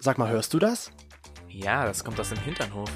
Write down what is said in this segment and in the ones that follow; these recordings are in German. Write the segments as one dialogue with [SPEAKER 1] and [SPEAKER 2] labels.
[SPEAKER 1] Sag mal, hörst du das?
[SPEAKER 2] Ja, das kommt aus dem Hinternhof.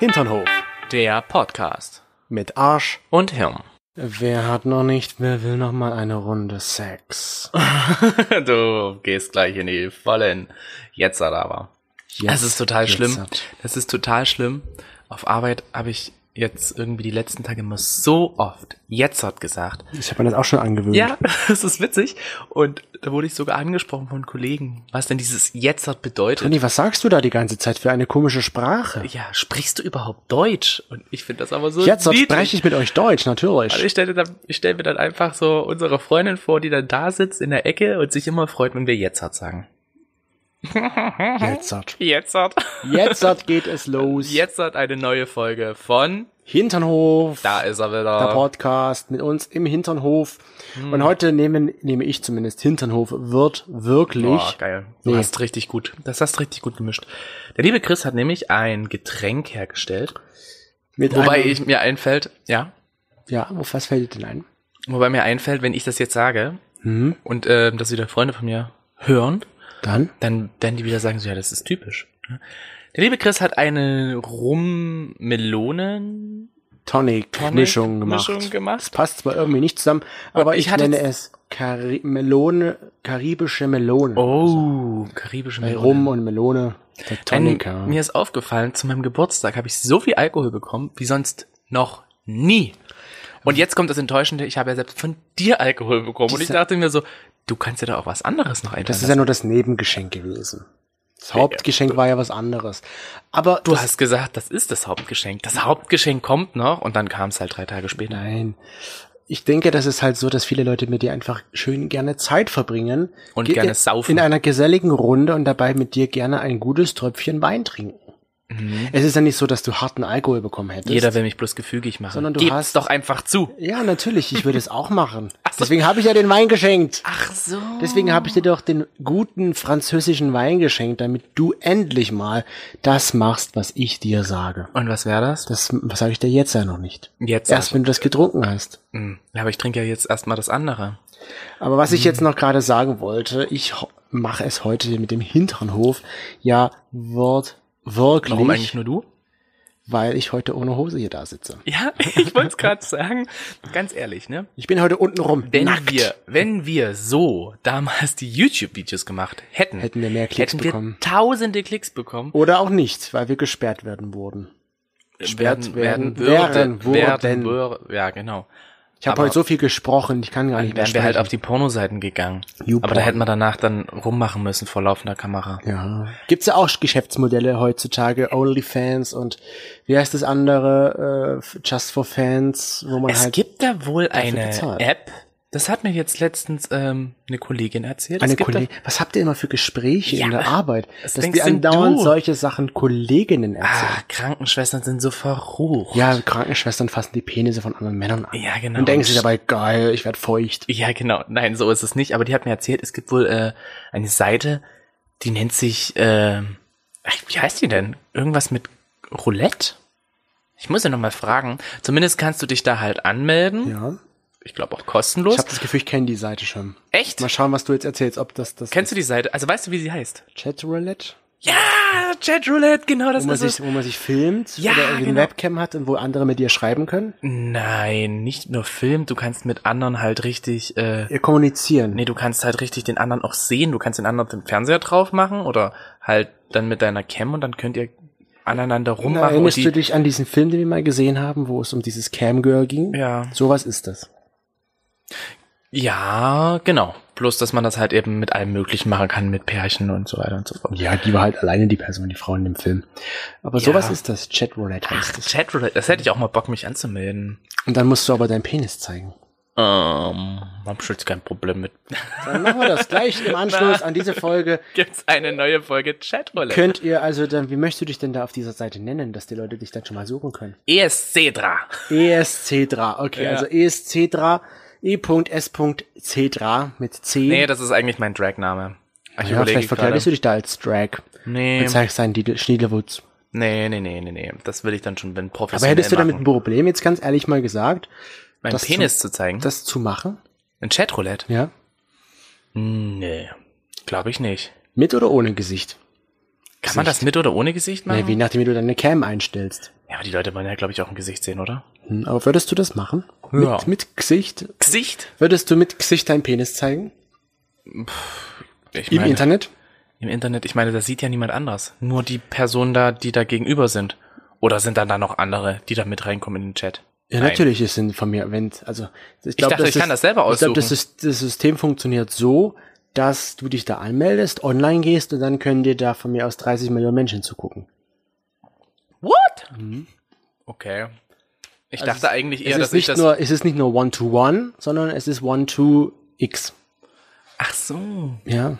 [SPEAKER 1] Hinternhof
[SPEAKER 2] Der Podcast.
[SPEAKER 1] mit Arsch.
[SPEAKER 2] Und Hirn.
[SPEAKER 1] Wer hat noch nicht, wer will noch mal eine Runde Sex?
[SPEAKER 2] du gehst gleich in die vollen. Jetzt hat aber.
[SPEAKER 1] Jetzt,
[SPEAKER 2] das ist total
[SPEAKER 1] jetzt
[SPEAKER 2] schlimm.
[SPEAKER 1] hat-
[SPEAKER 2] Das ist total schlimm. Auf Arbeit habe ich jetzt irgendwie die letzten Tage immer so oft jetzt hat gesagt.
[SPEAKER 1] Ich habe mir das auch schon angewöhnt.
[SPEAKER 2] Ja, das ist witzig. Und da wurde ich sogar angesprochen von Kollegen, was denn dieses jetzt hat bedeutet.
[SPEAKER 1] Toni, was sagst du da die ganze Zeit für eine komische Sprache?
[SPEAKER 2] Ja, sprichst du überhaupt Deutsch? Und ich finde das aber so
[SPEAKER 1] Jetzt
[SPEAKER 2] niedlich.
[SPEAKER 1] spreche ich mit euch Deutsch, natürlich.
[SPEAKER 2] Also ich stelle dann- ich stell mir dann einfach so unsere Freundin vor, die dann da sitzt in der Ecke und sich immer freut, wenn wir jetzt hat sagen.
[SPEAKER 1] Jetzt hat.
[SPEAKER 2] Jetzt hat.
[SPEAKER 1] Jetzt hat geht es los.
[SPEAKER 2] Jetzt hat eine neue Folge von
[SPEAKER 1] Hinternhof.
[SPEAKER 2] Da ist er Hm.
[SPEAKER 1] der
[SPEAKER 2] wieder.
[SPEAKER 1] Podcast mit uns im Hinternhof. Und heute nehmen, nehme ich zumindest Hinternhof wird wirklich.
[SPEAKER 2] Boah, geil. Du
[SPEAKER 1] Nee.
[SPEAKER 2] hast richtig gut. Das hast richtig gut gemischt. Der liebe Chris hat nämlich ein Getränk hergestellt,
[SPEAKER 1] mit
[SPEAKER 2] wobei
[SPEAKER 1] einem,
[SPEAKER 2] ich mir einfällt, ja,
[SPEAKER 1] Ja, auf was fällt dir denn ein?
[SPEAKER 2] wobei mir einfällt, wenn ich das jetzt sage
[SPEAKER 1] Hm,
[SPEAKER 2] und äh, das wieder Freunde von mir hören,
[SPEAKER 1] dann?
[SPEAKER 2] dann werden die wieder sagen, so, ja, das ist typisch. ne? Der liebe Chris hat eine Rum-Melonen
[SPEAKER 1] Tonic-Mischung gemacht.
[SPEAKER 2] Mischung
[SPEAKER 1] Es
[SPEAKER 2] gemacht.
[SPEAKER 1] passt zwar irgendwie nicht zusammen, aber
[SPEAKER 2] ich
[SPEAKER 1] ich,
[SPEAKER 2] hatte
[SPEAKER 1] nenne
[SPEAKER 2] jetzt-
[SPEAKER 1] es Kari Melone, karibische Melone.
[SPEAKER 2] Oh, karibische
[SPEAKER 1] Bei
[SPEAKER 2] Melone.
[SPEAKER 1] Rum und Melone, der
[SPEAKER 2] Ein,
[SPEAKER 1] Tonic. ja.
[SPEAKER 2] mir ist aufgefallen, zu meinem Geburtstag habe ich so viel Alkohol bekommen, wie sonst noch nie. Und jetzt kommt das Enttäuschende, ich habe ja selbst von dir Alkohol bekommen. Und ich
[SPEAKER 1] Dieser-
[SPEAKER 2] dachte mir so, du kannst ja da auch was anderes noch einfallen
[SPEAKER 1] Das ist ja
[SPEAKER 2] lassen.
[SPEAKER 1] nur das Nebengeschenk gewesen. Das Hauptgeschenk war ja was anderes. Aber
[SPEAKER 2] Du hast gesagt, das ist das Hauptgeschenk. Das Hauptgeschenk kommt noch und dann kam es halt drei Tage später.
[SPEAKER 1] Nein. Ich denke, das ist halt so, dass viele Leute mit dir einfach schön gerne Zeit verbringen.
[SPEAKER 2] Und
[SPEAKER 1] Ge-
[SPEAKER 2] gerne saufen.
[SPEAKER 1] In einer geselligen Runde und dabei mit dir gerne ein gutes Tröpfchen Wein trinken. Es ist ja nicht so, dass du harten Alkohol bekommen hättest.
[SPEAKER 2] Mhm. Jeder will mich bloß gefügig machen.
[SPEAKER 1] Sondern du
[SPEAKER 2] Geb's
[SPEAKER 1] hast-
[SPEAKER 2] doch einfach zu.
[SPEAKER 1] ja, natürlich, ich würde es auch machen. Deswegen habe ich ja den Wein geschenkt.
[SPEAKER 2] Ach so.
[SPEAKER 1] Deswegen habe ich dir doch den guten französischen Wein geschenkt, damit du endlich mal das machst, was ich dir sage.
[SPEAKER 2] Und was wäre das?
[SPEAKER 1] Das was sage ich dir jetzt ja noch nicht.
[SPEAKER 2] Jetzt
[SPEAKER 1] Erst wenn du das getrunken hast.
[SPEAKER 2] Hm, Ja, aber ich trinke ja jetzt erstmal das andere.
[SPEAKER 1] Aber was ich
[SPEAKER 2] Mhm.
[SPEAKER 1] jetzt noch gerade sagen wollte, ich ho- mache es heute mit dem hinteren Hof. Ja, wird wirklich,
[SPEAKER 2] Warum eigentlich nur du?
[SPEAKER 1] weil ich heute ohne Hose hier da sitze.
[SPEAKER 2] Ja, ich wollte es gerade sagen. Ganz ehrlich, ne?
[SPEAKER 1] Ich bin heute unten rum.
[SPEAKER 2] Wenn
[SPEAKER 1] nackt.
[SPEAKER 2] wir, wenn wir so damals die YouTube-Videos gemacht hätten,
[SPEAKER 1] Hätten wir mehr Klicks
[SPEAKER 2] hätten wir
[SPEAKER 1] bekommen.
[SPEAKER 2] tausende Klicks bekommen.
[SPEAKER 1] Oder auch nicht, weil wir gesperrt werden wurden.
[SPEAKER 2] Werden,
[SPEAKER 1] Oh, werden,
[SPEAKER 2] werden, würden,
[SPEAKER 1] wären, wurden.
[SPEAKER 2] werden, wür- ja, genau.
[SPEAKER 1] Ich habe
[SPEAKER 2] Aber-
[SPEAKER 1] heute so viel gesprochen, ich kann gar nicht
[SPEAKER 2] Dann
[SPEAKER 1] mehr
[SPEAKER 2] wären wir halt auf
[SPEAKER 1] sprechen.
[SPEAKER 2] die Pornoseiten gegangen.
[SPEAKER 1] YouPorn.
[SPEAKER 2] Aber da hätten wir danach dann rummachen müssen vor laufender Kamera.
[SPEAKER 1] ja. Gibt's ja auch Geschäftsmodelle heutzutage, OnlyFans und wie heißt das andere, äh, Just for Fans, wo man
[SPEAKER 2] Es
[SPEAKER 1] halt
[SPEAKER 2] gibt da wohl eine
[SPEAKER 1] bezahlt.
[SPEAKER 2] App. Das hat mir jetzt letztens ähm, eine Kollegin erzählt.
[SPEAKER 1] Eine
[SPEAKER 2] es gibt da-
[SPEAKER 1] Kollegin. Was habt ihr immer für Gespräche in
[SPEAKER 2] Ja,
[SPEAKER 1] der Arbeit?
[SPEAKER 2] was
[SPEAKER 1] dass
[SPEAKER 2] denkst
[SPEAKER 1] wir
[SPEAKER 2] denn
[SPEAKER 1] andauernd
[SPEAKER 2] du?
[SPEAKER 1] solche Sachen Kolleginnen erzählen.
[SPEAKER 2] Ah, Krankenschwestern sind so verrucht.
[SPEAKER 1] Ja, Krankenschwestern fassen die Penisse von anderen Männern an.
[SPEAKER 2] Ja, genau.
[SPEAKER 1] Und denken sich dabei, geil, ich werde feucht.
[SPEAKER 2] Ja, genau. Nein, so ist es nicht. Aber die hat mir erzählt, es gibt wohl äh, eine Seite, die nennt sich, äh, ach, wie heißt die denn? Irgendwas mit Roulette? Ich muss ja nochmal fragen. Zumindest kannst du dich da halt anmelden.
[SPEAKER 1] Ja.
[SPEAKER 2] Ich glaube auch
[SPEAKER 1] Ich
[SPEAKER 2] kostenlos.
[SPEAKER 1] habe das Gefühl, ich kenne die Seite schon.
[SPEAKER 2] Echt?
[SPEAKER 1] Mal schauen, was du jetzt erzählst, ob das das
[SPEAKER 2] Kennst du die Seite? Also weißt du, wie sie heißt?
[SPEAKER 1] Chat Roulette,
[SPEAKER 2] Ja, Chat Roulette, genau das
[SPEAKER 1] wo man
[SPEAKER 2] ist
[SPEAKER 1] sich,
[SPEAKER 2] es.
[SPEAKER 1] wo man sich filmt
[SPEAKER 2] Ja,
[SPEAKER 1] oder irgendwie
[SPEAKER 2] genau.
[SPEAKER 1] eine Webcam hat und wo andere mit dir schreiben können.
[SPEAKER 2] Nein, nicht nur Film. Du kannst mit anderen halt richtig, äh,
[SPEAKER 1] Ihr kommunizieren.
[SPEAKER 2] Nee, du kannst halt richtig den anderen auch sehen. Du kannst den anderen auf den Fernseher drauf machen oder halt dann mit deiner Cam und dann könnt ihr aneinander
[SPEAKER 1] Na,
[SPEAKER 2] rummachen. Und
[SPEAKER 1] erinnerst du
[SPEAKER 2] die,
[SPEAKER 1] dich an diesen Film, den wir mal gesehen haben, wo es um dieses Cam Girl ging?
[SPEAKER 2] Ja.
[SPEAKER 1] Sowas ist das.
[SPEAKER 2] ja, genau. Bloß, dass man das halt eben mit allem Möglichen machen kann, mit Pärchen und so weiter und so fort.
[SPEAKER 1] Ja, die war halt alleine die Person, die Frau in dem Film. Aber
[SPEAKER 2] Ja.
[SPEAKER 1] sowas ist das, Chatroulette heißt
[SPEAKER 2] Ach,
[SPEAKER 1] es.
[SPEAKER 2] Chatroulette, das hätte ich auch mal Bock, mich anzumelden.
[SPEAKER 1] Und dann musst du aber deinen Penis zeigen.
[SPEAKER 2] Ähm, hab ich jetzt kein Problem mit.
[SPEAKER 1] Dann machen wir das gleich im Anschluss an diese Folge.
[SPEAKER 2] Gibt's eine neue Folge Chatroulette?
[SPEAKER 1] Könnt ihr also dann, wie möchtest du dich denn da auf dieser Seite nennen, dass die Leute dich dann schon mal suchen können? E
[SPEAKER 2] ESCDRA.
[SPEAKER 1] ESCDRA, okay,
[SPEAKER 2] Ja.
[SPEAKER 1] also ESCDRA, E.S.Cedra mit E C.
[SPEAKER 2] Nee, das ist eigentlich mein Dragname. Ich
[SPEAKER 1] ja, vielleicht verkleidest du dich da als Drag
[SPEAKER 2] Nee,
[SPEAKER 1] und zeigst deinen Titel Schniedelwutz.
[SPEAKER 2] nee, nee, nee, nee, nee. Das will ich dann schon, wenn professionell
[SPEAKER 1] Aber hättest du damit
[SPEAKER 2] machen.
[SPEAKER 1] ein Problem, jetzt ganz ehrlich mal gesagt,
[SPEAKER 2] meinen
[SPEAKER 1] das
[SPEAKER 2] Penis zu zeigen?
[SPEAKER 1] das zu machen?
[SPEAKER 2] Ein Chatroulette?
[SPEAKER 1] Ja.
[SPEAKER 2] Nee, glaube ich nicht.
[SPEAKER 1] Mit oder ohne Gesicht?
[SPEAKER 2] Kann man das mit oder ohne Gesicht machen?
[SPEAKER 1] Na, wie nachdem du deine Cam einstellst.
[SPEAKER 2] Ja, aber die Leute wollen ja, glaube ich, auch ein Gesicht sehen, oder?
[SPEAKER 1] Hm, aber würdest du das machen?
[SPEAKER 2] Ja.
[SPEAKER 1] Mit, mit Gesicht?
[SPEAKER 2] Gesicht?
[SPEAKER 1] Würdest du mit Gesicht deinen Penis zeigen?
[SPEAKER 2] Ich
[SPEAKER 1] Im Internet?
[SPEAKER 2] Im Internet, ich meine, das sieht ja niemand anders. Nur die Personen da, die da gegenüber sind. Oder sind dann da noch andere, die da mit reinkommen in den Chat?
[SPEAKER 1] Ja,
[SPEAKER 2] Nein.
[SPEAKER 1] natürlich ist ein von mir Event. Also ich,
[SPEAKER 2] dachte, ich kann das selber
[SPEAKER 1] Ich glaube, das,
[SPEAKER 2] aussuchen.
[SPEAKER 1] Sys- das System funktioniert so, dass du dich da anmeldest, online gehst und dann können dir da von mir aus 30 Millionen Menschen zugucken.
[SPEAKER 2] What? Mhm. Okay. Ich
[SPEAKER 1] Also
[SPEAKER 2] dachte eigentlich eher,
[SPEAKER 1] es
[SPEAKER 2] dass
[SPEAKER 1] ist nicht
[SPEAKER 2] ich das.
[SPEAKER 1] nur, es ist nicht nur One-to-One, sondern es ist One-to-X.
[SPEAKER 2] Ach so.
[SPEAKER 1] Ja.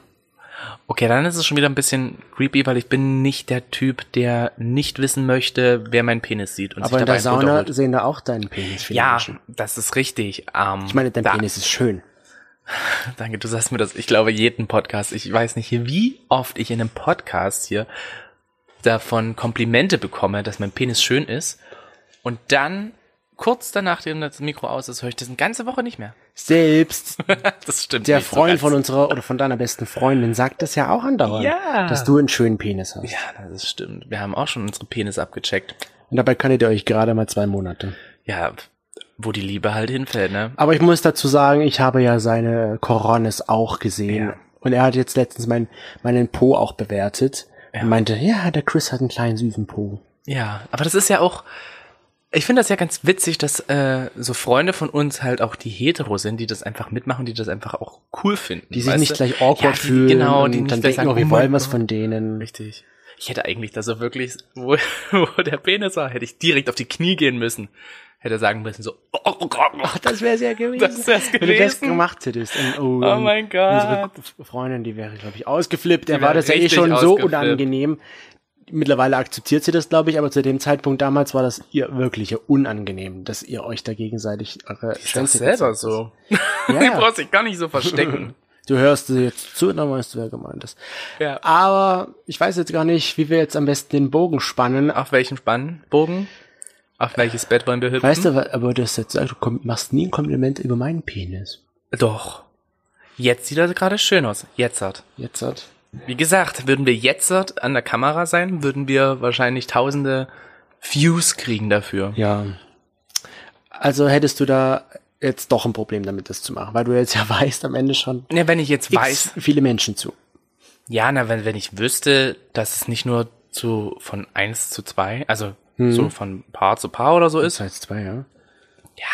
[SPEAKER 2] Okay, dann ist es schon wieder ein bisschen creepy, weil ich bin nicht der Typ, der nicht wissen möchte, wer meinen Penis sieht und
[SPEAKER 1] Aber in
[SPEAKER 2] dabei
[SPEAKER 1] der
[SPEAKER 2] ein Foto
[SPEAKER 1] Sauna
[SPEAKER 2] holt.
[SPEAKER 1] sehen da auch deinen Penis viele
[SPEAKER 2] Ja,
[SPEAKER 1] Menschen.
[SPEAKER 2] das ist richtig. Ähm,
[SPEAKER 1] Ich meine, dein
[SPEAKER 2] da,
[SPEAKER 1] Penis ist schön.
[SPEAKER 2] Danke, du sagst mir das. Ich glaube, jeden Podcast. Ich weiß nicht, wie oft ich in einem Podcast hier davon Komplimente bekomme, dass mein Penis schön ist. Und dann, kurz danach, nachdem das Mikro aus ist, höre ich das eine ganze Woche nicht mehr.
[SPEAKER 1] Selbst
[SPEAKER 2] Das stimmt.
[SPEAKER 1] der
[SPEAKER 2] nicht so
[SPEAKER 1] Freund
[SPEAKER 2] ganz.
[SPEAKER 1] von unserer oder von deiner besten Freundin sagt das ja auch andauernd,
[SPEAKER 2] Ja.
[SPEAKER 1] dass du einen schönen Penis hast.
[SPEAKER 2] Ja, das stimmt. Wir haben auch schon unsere Penis abgecheckt.
[SPEAKER 1] Und dabei kanntet ihr euch gerade mal zwei Monate.
[SPEAKER 2] Ja, wo die Liebe halt hinfällt, ne?
[SPEAKER 1] Aber ich muss dazu sagen, ich habe ja seine Coronis auch gesehen.
[SPEAKER 2] Ja.
[SPEAKER 1] Und er hat jetzt letztens mein, meinen Po auch bewertet. Und meinte, ja, der Chris hat einen kleinen süßen Po.
[SPEAKER 2] Ja, aber das ist ja auch. Ich finde das ja ganz witzig, dass äh, so Freunde von uns halt auch die Hetero sind, die das einfach mitmachen, die das einfach auch cool finden.
[SPEAKER 1] Die sich
[SPEAKER 2] weißt
[SPEAKER 1] nicht
[SPEAKER 2] du?
[SPEAKER 1] gleich awkward
[SPEAKER 2] Ja, die-
[SPEAKER 1] fühlen.
[SPEAKER 2] Genau, die
[SPEAKER 1] und
[SPEAKER 2] nicht
[SPEAKER 1] dann
[SPEAKER 2] gleich
[SPEAKER 1] denken, oh, wir
[SPEAKER 2] mein
[SPEAKER 1] wollen was
[SPEAKER 2] Gott.
[SPEAKER 1] von denen.
[SPEAKER 2] Richtig. Ich hätte eigentlich, dass er wirklich, wo, wo der Penis war, hätte ich direkt auf die Knie gehen müssen. Hätte sagen müssen, so, oh, oh Gott, oh,
[SPEAKER 1] Das wäre sehr gewesen.
[SPEAKER 2] Das wär's
[SPEAKER 1] Wenn du das
[SPEAKER 2] gewesen.
[SPEAKER 1] gemacht hättest. Und, oh,
[SPEAKER 2] Oh
[SPEAKER 1] und
[SPEAKER 2] mein Gott.
[SPEAKER 1] Unsere Freundin, die wäre, glaube ich, ausgeflippt. Der
[SPEAKER 2] Die
[SPEAKER 1] war
[SPEAKER 2] wäre
[SPEAKER 1] das ja eh
[SPEAKER 2] richtig
[SPEAKER 1] schon so
[SPEAKER 2] ausgeflippt.
[SPEAKER 1] unangenehm. Mittlerweile akzeptiert sie das, glaube ich, aber zu dem Zeitpunkt damals war das ihr wirklich unangenehm, dass ihr euch da gegenseitig eure
[SPEAKER 2] ich sag's
[SPEAKER 1] Schwänze
[SPEAKER 2] selber
[SPEAKER 1] gezeigt
[SPEAKER 2] so.
[SPEAKER 1] habt.
[SPEAKER 2] Du
[SPEAKER 1] Ja, ja.
[SPEAKER 2] brauchst dich gar nicht so verstecken.
[SPEAKER 1] Du hörst sie jetzt zu und dann weißt du, wer gemeint ist.
[SPEAKER 2] ja.
[SPEAKER 1] Aber ich weiß jetzt gar nicht, wie wir jetzt am besten den Bogen spannen.
[SPEAKER 2] Auf welchen Spannbogen? Auf welches Bett wollen wir hüpfen?
[SPEAKER 1] Weißt du, wa- aber du hast jetzt gesagt, du komm- machst nie ein Kompliment über meinen Penis.
[SPEAKER 2] Doch. Jetzt sieht er gerade schön aus. Jetzt hat.
[SPEAKER 1] Jetzt hat.
[SPEAKER 2] Wie gesagt, würden wir jetzt dort an der Kamera sein, würden wir wahrscheinlich tausende Views kriegen dafür.
[SPEAKER 1] Ja. Also hättest du da jetzt doch ein Problem damit, das zu machen, weil du jetzt ja weißt am Ende schon
[SPEAKER 2] Ja, wenn ich jetzt
[SPEAKER 1] x
[SPEAKER 2] weiß,
[SPEAKER 1] viele Menschen zu.
[SPEAKER 2] ja, na, wenn, wenn ich wüsste, dass es nicht nur zu, von eins zu zwei, also
[SPEAKER 1] Mhm.
[SPEAKER 2] so von Paar zu Paar oder so ist,
[SPEAKER 1] heißt zwei, ja.
[SPEAKER 2] ja,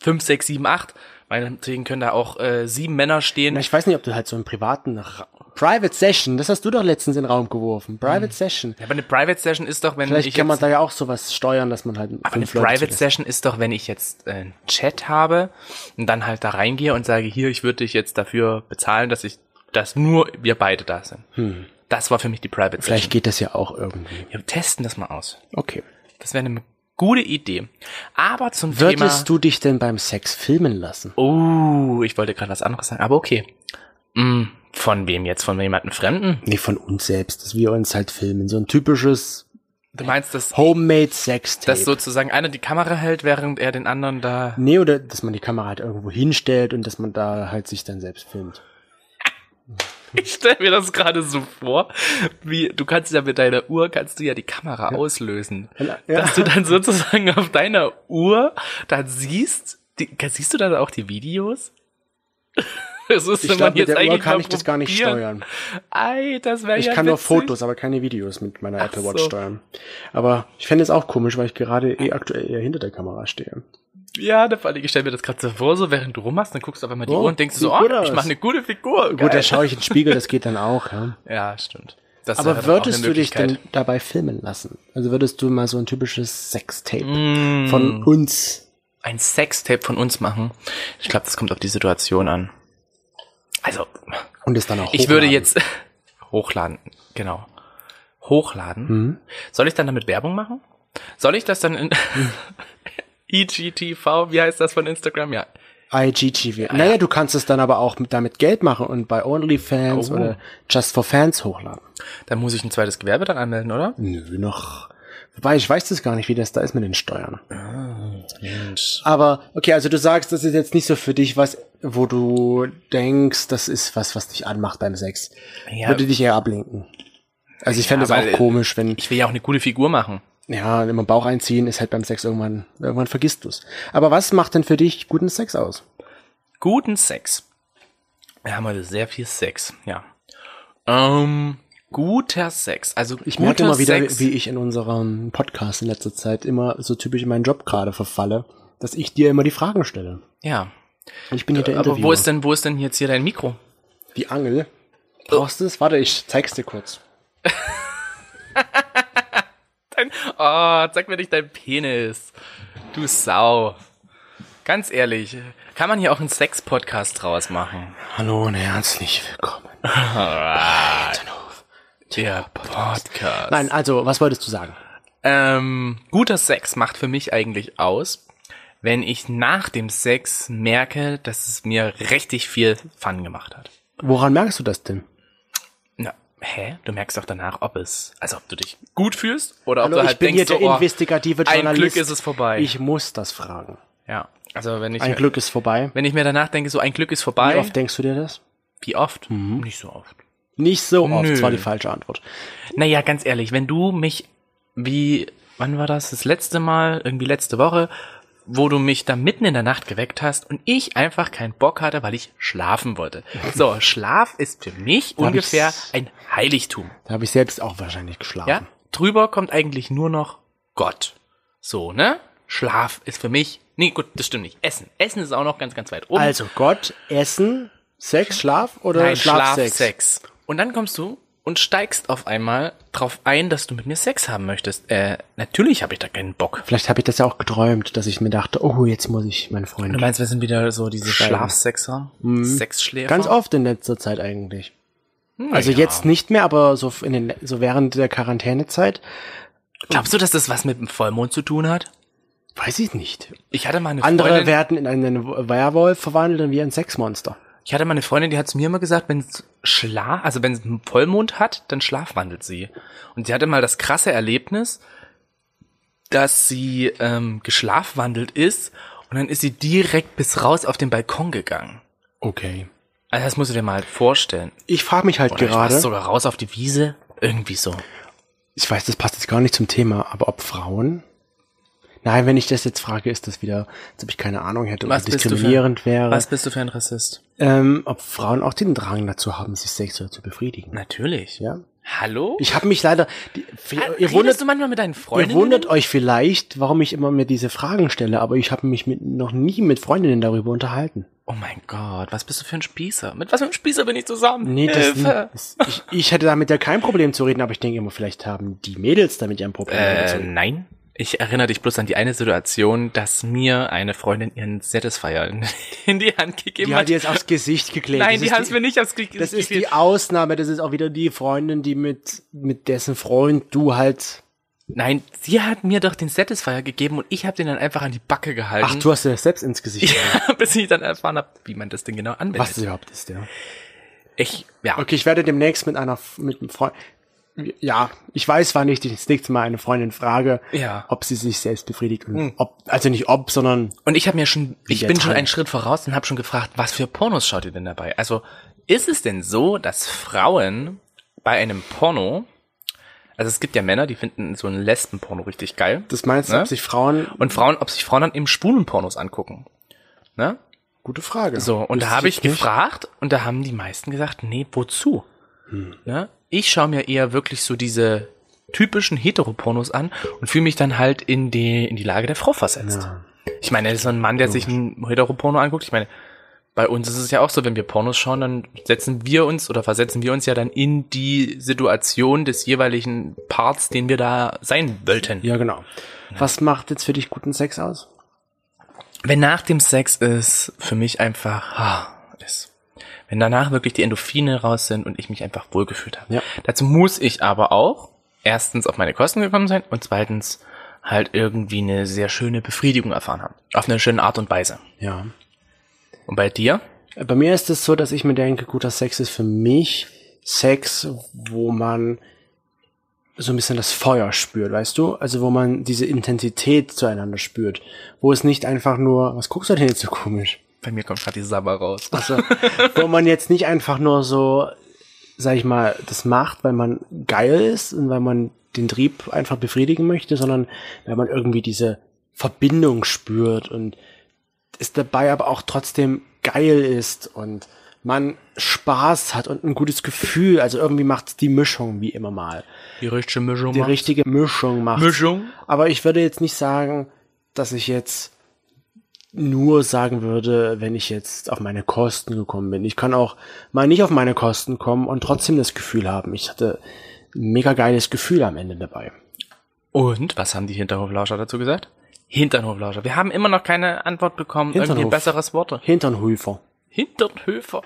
[SPEAKER 2] fünf, sechs, sieben, acht, meinetwegen können da auch äh, sieben Männer stehen.
[SPEAKER 1] Na, ich weiß nicht, ob du halt so im privaten Ra Private Session, das hast du doch letztens in den Raum geworfen. Private Session.
[SPEAKER 2] Ja, aber eine Private Session ist doch, wenn
[SPEAKER 1] Vielleicht
[SPEAKER 2] Hm. ich
[SPEAKER 1] kann man
[SPEAKER 2] jetzt,
[SPEAKER 1] da ja auch sowas steuern, dass man halt
[SPEAKER 2] aber eine
[SPEAKER 1] Leute
[SPEAKER 2] Private
[SPEAKER 1] zulässt.
[SPEAKER 2] Session ist doch, wenn ich jetzt äh, einen Chat habe und dann halt da reingehe und sage, hier, ich würde dich jetzt dafür bezahlen, dass ich, dass nur wir beide da sind. Das war für mich die Private
[SPEAKER 1] Hm. Vielleicht geht das ja auch irgendwie.
[SPEAKER 2] Session. Wir testen das mal aus.
[SPEAKER 1] Okay.
[SPEAKER 2] Das wäre eine gute Idee. Aber zum
[SPEAKER 1] Würdest
[SPEAKER 2] Thema.
[SPEAKER 1] du dich denn beim Sex filmen lassen?
[SPEAKER 2] Oh, ich wollte gerade was anderes sagen, aber okay. Mm, von wem jetzt? Von jemandem Fremden?
[SPEAKER 1] Nee, von uns selbst, dass wir uns halt filmen. So ein typisches
[SPEAKER 2] Du meinst, dass,
[SPEAKER 1] homemade sex
[SPEAKER 2] dass sozusagen einer die Kamera hält, während er den anderen da.
[SPEAKER 1] Nee, oder dass man die Kamera halt irgendwo hinstellt und dass man da halt sich dann selbst filmt.
[SPEAKER 2] Ich stelle mir das gerade so vor, wie du kannst ja mit deiner Uhr kannst du ja die Kamera auslösen,
[SPEAKER 1] Ja.
[SPEAKER 2] dass du dann sozusagen auf deiner Uhr dann siehst, die, siehst du dann auch die Videos? Das ist,
[SPEAKER 1] Ich
[SPEAKER 2] wenn
[SPEAKER 1] glaube,
[SPEAKER 2] man
[SPEAKER 1] mit der Uhr
[SPEAKER 2] eigentlich
[SPEAKER 1] kann
[SPEAKER 2] mal
[SPEAKER 1] ich das gar nicht
[SPEAKER 2] probieren.
[SPEAKER 1] steuern.
[SPEAKER 2] Ei, das wäre
[SPEAKER 1] Ich
[SPEAKER 2] ja
[SPEAKER 1] kann nur
[SPEAKER 2] witzig.
[SPEAKER 1] Fotos, aber keine Videos mit meiner
[SPEAKER 2] Ach
[SPEAKER 1] Apple Watch
[SPEAKER 2] so.
[SPEAKER 1] steuern. Aber ich fände es auch komisch, weil ich gerade eh aktuell eher hinter der Kamera stehe.
[SPEAKER 2] Ja, da vor allem, ich stelle mir das gerade so vor, so während du rummachst, dann guckst du auf einmal die
[SPEAKER 1] Oh,
[SPEAKER 2] Uhr und denkst
[SPEAKER 1] sieht
[SPEAKER 2] so, oh,
[SPEAKER 1] gut
[SPEAKER 2] ich
[SPEAKER 1] aus.
[SPEAKER 2] mache eine gute Figur.
[SPEAKER 1] Gut, da
[SPEAKER 2] Geil.
[SPEAKER 1] schaue ich in den Spiegel, das geht dann auch. Ja.
[SPEAKER 2] Ja, stimmt. Das ist
[SPEAKER 1] Aber
[SPEAKER 2] halt auch eine
[SPEAKER 1] würdest du dich denn
[SPEAKER 2] Möglichkeit.
[SPEAKER 1] dabei filmen lassen? Also würdest du mal so ein typisches Sextape
[SPEAKER 2] Mm.
[SPEAKER 1] von uns?
[SPEAKER 2] ein Sextape von uns machen. Ich glaube, das kommt auf die Situation an. Also,
[SPEAKER 1] Und es dann auch
[SPEAKER 2] ich würde
[SPEAKER 1] hochladen?
[SPEAKER 2] jetzt hochladen, genau. Hochladen.
[SPEAKER 1] Hm?
[SPEAKER 2] Soll ich dann damit Werbung machen? Soll ich das dann in E IGTV, wie heißt das von Instagram? Ja.
[SPEAKER 1] IGTV.
[SPEAKER 2] Ah,
[SPEAKER 1] naja, du kannst es dann aber auch mit, damit Geld machen und bei OnlyFans
[SPEAKER 2] Oh.
[SPEAKER 1] oder Just for Fans hochladen.
[SPEAKER 2] Dann muss ich ein zweites Gewerbe dann anmelden, oder?
[SPEAKER 1] Nö, noch. Wobei, ich weiß das gar nicht, wie das da ist mit den Steuern.
[SPEAKER 2] Ah,
[SPEAKER 3] Mensch.
[SPEAKER 1] Aber okay, also du sagst, das ist jetzt nicht so für dich was, wo du denkst, das ist was, was dich anmacht beim Sex.
[SPEAKER 2] Ja.
[SPEAKER 1] Würde dich eher ablenken. Also ich fände es
[SPEAKER 2] weil,
[SPEAKER 1] auch
[SPEAKER 2] äh,
[SPEAKER 1] komisch, wenn
[SPEAKER 2] Ich will ja auch eine gute Figur machen.
[SPEAKER 1] ja, immer Bauch einziehen ist halt beim Sex irgendwann irgendwann vergisst du's. Aber was macht denn für dich guten Sex aus?
[SPEAKER 2] Guten Sex. Wir haben heute sehr viel Sex, ja. Ähm, guter Sex. Also
[SPEAKER 1] Ich merke
[SPEAKER 2] guter
[SPEAKER 1] immer wieder,
[SPEAKER 2] Sex.
[SPEAKER 1] wie ich in unserem Podcast in letzter Zeit immer so typisch in meinen Job gerade verfalle, dass ich dir immer die Fragen stelle.
[SPEAKER 2] Ja.
[SPEAKER 1] Ich bin hier der
[SPEAKER 2] Äh, Aber
[SPEAKER 1] Interviewer.
[SPEAKER 2] wo ist Oh. denn, wo ist denn jetzt hier dein Mikro?
[SPEAKER 1] Die Angel. Brauchst du es? Warte, ich zeig's dir kurz.
[SPEAKER 2] Dein, oh, zeig mir nicht deinen Penis. Du Sau. Ganz ehrlich, kann man hier auch einen Sex-Podcast draus machen?
[SPEAKER 1] Hallo und herzlich willkommen.
[SPEAKER 2] Der Podcast.
[SPEAKER 1] Nein, also, was wolltest du sagen?
[SPEAKER 2] Ähm, guter Sex macht für mich eigentlich aus, wenn ich nach dem Sex merke, dass es mir richtig viel Fun gemacht hat.
[SPEAKER 1] Woran merkst du das denn?
[SPEAKER 2] Na, hä? Du merkst doch danach, ob es, also ob du dich gut fühlst oder
[SPEAKER 1] Hallo,
[SPEAKER 2] ob du
[SPEAKER 1] ich
[SPEAKER 2] halt
[SPEAKER 1] bin
[SPEAKER 2] denkst,
[SPEAKER 1] hier der
[SPEAKER 2] so, oh,
[SPEAKER 1] investigative
[SPEAKER 2] ein
[SPEAKER 1] Journalist.
[SPEAKER 2] Glück ist es vorbei.
[SPEAKER 1] Ich muss das fragen.
[SPEAKER 2] ja, also wenn ich,
[SPEAKER 1] Ein Glück ist vorbei.
[SPEAKER 2] wenn ich mir danach denke, so ein Glück ist vorbei.
[SPEAKER 1] Wie oft denkst du dir das?
[SPEAKER 2] Wie oft?
[SPEAKER 1] Mhm.
[SPEAKER 2] Nicht so oft.
[SPEAKER 1] Nicht so oft,
[SPEAKER 2] Nö.
[SPEAKER 1] das war die falsche Antwort.
[SPEAKER 2] Naja, ganz ehrlich, wenn du mich wie, wann war das? Das letzte Mal, irgendwie letzte Woche, wo du mich da mitten in der Nacht geweckt hast und ich einfach keinen Bock hatte, weil ich schlafen wollte. So, Schlaf ist für mich
[SPEAKER 1] hab
[SPEAKER 2] ungefähr
[SPEAKER 1] ich's-
[SPEAKER 2] ein Heiligtum.
[SPEAKER 1] Da habe ich selbst auch wahrscheinlich geschlafen.
[SPEAKER 2] Ja? Drüber kommt eigentlich nur noch Gott. So, ne? Schlaf ist für mich. Nee, gut, das stimmt nicht. Essen. Essen ist auch noch ganz, ganz weit oben.
[SPEAKER 1] Also Gott, Essen, Sex, Schlaf oder
[SPEAKER 2] Um Nein, Schlaf,
[SPEAKER 1] Schlafsex?
[SPEAKER 2] Sex. Äh, Und dann kommst du und steigst auf einmal drauf ein, dass du mit mir Sex haben möchtest. Äh, natürlich habe ich da keinen Bock.
[SPEAKER 1] Vielleicht habe ich das ja auch geträumt, dass ich mir dachte, oh, jetzt muss ich meinen Freund.
[SPEAKER 2] Du meinst, wir sind wieder so diese Hm. Schlafsexer, Sexschläfer?
[SPEAKER 1] Ganz oft in letzter Zeit eigentlich.
[SPEAKER 2] Hm,
[SPEAKER 1] Also
[SPEAKER 2] ja.
[SPEAKER 1] jetzt nicht mehr, aber so in den so während der Quarantänezeit,
[SPEAKER 2] Glaubst du, dass das was mit dem Vollmond zu tun hat?
[SPEAKER 1] weiß ich nicht.
[SPEAKER 2] Ich hatte mal eine
[SPEAKER 1] Andere
[SPEAKER 2] Freundin,
[SPEAKER 1] werden in einen Werwolf verwandelt und wir ein Sexmonster.
[SPEAKER 2] ich hatte mal eine Freundin, die hat zu mir immer gesagt, wenn es Schla also wenn es einen Vollmond hat, dann schlafwandelt sie. Und sie hatte mal das krasse Erlebnis, dass sie ähm, geschlafwandelt ist und dann ist sie direkt bis raus auf den Balkon gegangen.
[SPEAKER 1] Okay.
[SPEAKER 2] Also das musst du dir mal warst
[SPEAKER 1] Ich frage mich halt gerade,
[SPEAKER 2] sogar raus auf die Wiese. Irgendwie so.
[SPEAKER 1] ich weiß, das passt jetzt gar nicht zum Thema, aber ob Frauen? Nein, wenn ich das jetzt frage, ist das wieder, als ob ich keine Ahnung hätte oder diskriminierend wäre.
[SPEAKER 2] Was bist du für ein Rassist?
[SPEAKER 1] Ähm, ob Frauen auch den Drang dazu haben, sich sexuell zu befriedigen.
[SPEAKER 2] Natürlich.
[SPEAKER 1] Ja.
[SPEAKER 2] Hallo? Ah,
[SPEAKER 1] Ich habe mich leider. Die, ihr
[SPEAKER 2] Redest
[SPEAKER 1] wundert,
[SPEAKER 2] du manchmal mit deinen
[SPEAKER 1] ihr
[SPEAKER 2] Freunden?
[SPEAKER 1] wundert euch vielleicht, warum ich immer mir diese Fragen stelle, aber ich habe mich mit, noch nie mit Freundinnen darüber unterhalten.
[SPEAKER 2] Oh mein Gott, was bist du für ein Spießer? Mit was für einem Spießer bin ich zusammen?
[SPEAKER 1] Nee, das,
[SPEAKER 2] Hilfe.
[SPEAKER 1] das ich, ich hätte damit ja kein Problem zu reden, aber ich denke immer, vielleicht haben die Mädels damit ja ein Problem.
[SPEAKER 2] Äh,
[SPEAKER 1] dazu.
[SPEAKER 2] nein. Ich erinnere dich bloß an die eine Situation, dass mir eine Freundin ihren Satisfier in, in die Hand gegeben
[SPEAKER 1] Die
[SPEAKER 2] hat.
[SPEAKER 1] hat jetzt aufs Gesicht geklebt.
[SPEAKER 2] Nein,
[SPEAKER 1] Das
[SPEAKER 2] die
[SPEAKER 1] ist
[SPEAKER 2] haben es mir nicht aufs Gesicht
[SPEAKER 1] Das ist die Ausnahme, das ist auch wieder die Freundin, die mit, mit dessen Freund du halt.
[SPEAKER 2] Nein, sie hat mir doch den Satisfier gegeben und ich habe den dann einfach an die Backe gehalten.
[SPEAKER 1] Ach, du hast dir das selbst ins Gesicht.
[SPEAKER 2] Mhm. Ja, bis ich dann erfahren habe, wie man das Ding genau anwendet.
[SPEAKER 1] Was das überhaupt ist, ja.
[SPEAKER 2] Ich, ja.
[SPEAKER 1] Okay, ich werde demnächst mit einer, mit einem Freund, ja, ich weiß, wann ich das nächste Mal eine Freundin frage,
[SPEAKER 2] Ja.
[SPEAKER 1] ob sie sich selbst befriedigt und ob, also nicht ob, sondern
[SPEAKER 2] Und ich habe mir schon, ich
[SPEAKER 1] der
[SPEAKER 2] bin schon
[SPEAKER 1] Tank.
[SPEAKER 2] einen Schritt voraus und habe schon gefragt, was für Pornos schaut ihr denn dabei? Also ist es denn so, dass Frauen bei einem Porno, also es gibt ja Männer, die finden so einen Lesben-Porno richtig geil.
[SPEAKER 1] das meinst du,
[SPEAKER 2] Ne?
[SPEAKER 1] ob sich Frauen,
[SPEAKER 2] Und Frauen, ob sich Frauen dann eben schwulen Pornos angucken. Ne?
[SPEAKER 1] gute Frage.
[SPEAKER 2] So, und da
[SPEAKER 1] Wüsste
[SPEAKER 2] habe ich
[SPEAKER 1] nicht.
[SPEAKER 2] gefragt und da haben die meisten gesagt, nee, wozu? Ne? Ich schaue mir eher wirklich so diese typischen Heteropornos an und fühle mich dann halt in die, in die Lage der Frau versetzt. Ich meine, so ein Mann, der sich ein Heteroporno anguckt, ich meine, bei uns ist es ja auch so, wenn wir Pornos schauen, dann setzen wir uns oder versetzen wir uns ja dann in die Situation des jeweiligen Parts, den wir da sein wollten.
[SPEAKER 1] Ja, genau. Was macht jetzt für dich guten Sex aus?
[SPEAKER 2] Wenn nach dem Sex ist, für mich einfach ah, ist. Wenn danach wirklich die Endorphine raus sind und ich mich einfach wohlgefühlt habe.
[SPEAKER 1] Ja.
[SPEAKER 2] Dazu muss ich aber auch erstens auf meine Kosten gekommen sein und zweitens halt irgendwie eine sehr schöne Befriedigung erfahren haben. Auf eine schöne Art und Weise.
[SPEAKER 1] Ja.
[SPEAKER 2] Und bei dir?
[SPEAKER 1] Bei mir ist es so, dass ich mir denke, guter Sex ist für mich Sex, wo man so ein bisschen das Feuer spürt, weißt du? Also wo man diese Intensität zueinander spürt. Wo es nicht einfach nur, was guckst du denn jetzt so komisch?
[SPEAKER 2] Bei mir kommt gerade die Sabber raus.
[SPEAKER 1] Also, wo man jetzt nicht einfach nur so, sag ich mal, das macht, weil man geil ist und weil man den Trieb einfach befriedigen möchte, sondern weil man irgendwie diese Verbindung spürt und ist dabei aber auch trotzdem geil ist und man Spaß hat und ein gutes Gefühl. Also irgendwie macht die Mischung wie immer mal.
[SPEAKER 2] Die richtige Mischung.
[SPEAKER 1] Die richtige Mischung macht.
[SPEAKER 2] Mischung.
[SPEAKER 1] Aber ich würde jetzt nicht sagen, dass ich jetzt nur sagen würde, wenn ich jetzt auf meine Kosten gekommen bin. Ich kann auch mal nicht auf meine Kosten kommen und trotzdem das Gefühl haben. Ich hatte ein mega geiles Gefühl am Ende dabei.
[SPEAKER 2] Und was haben die Hinterhoflauscher dazu gesagt? Hinternhoflauscher. Wir haben immer noch keine Antwort bekommen.
[SPEAKER 1] Hinternhof.
[SPEAKER 2] Irgendwie ein besseres Wort.
[SPEAKER 1] Hinternhöfer.
[SPEAKER 2] Hinternhöfer.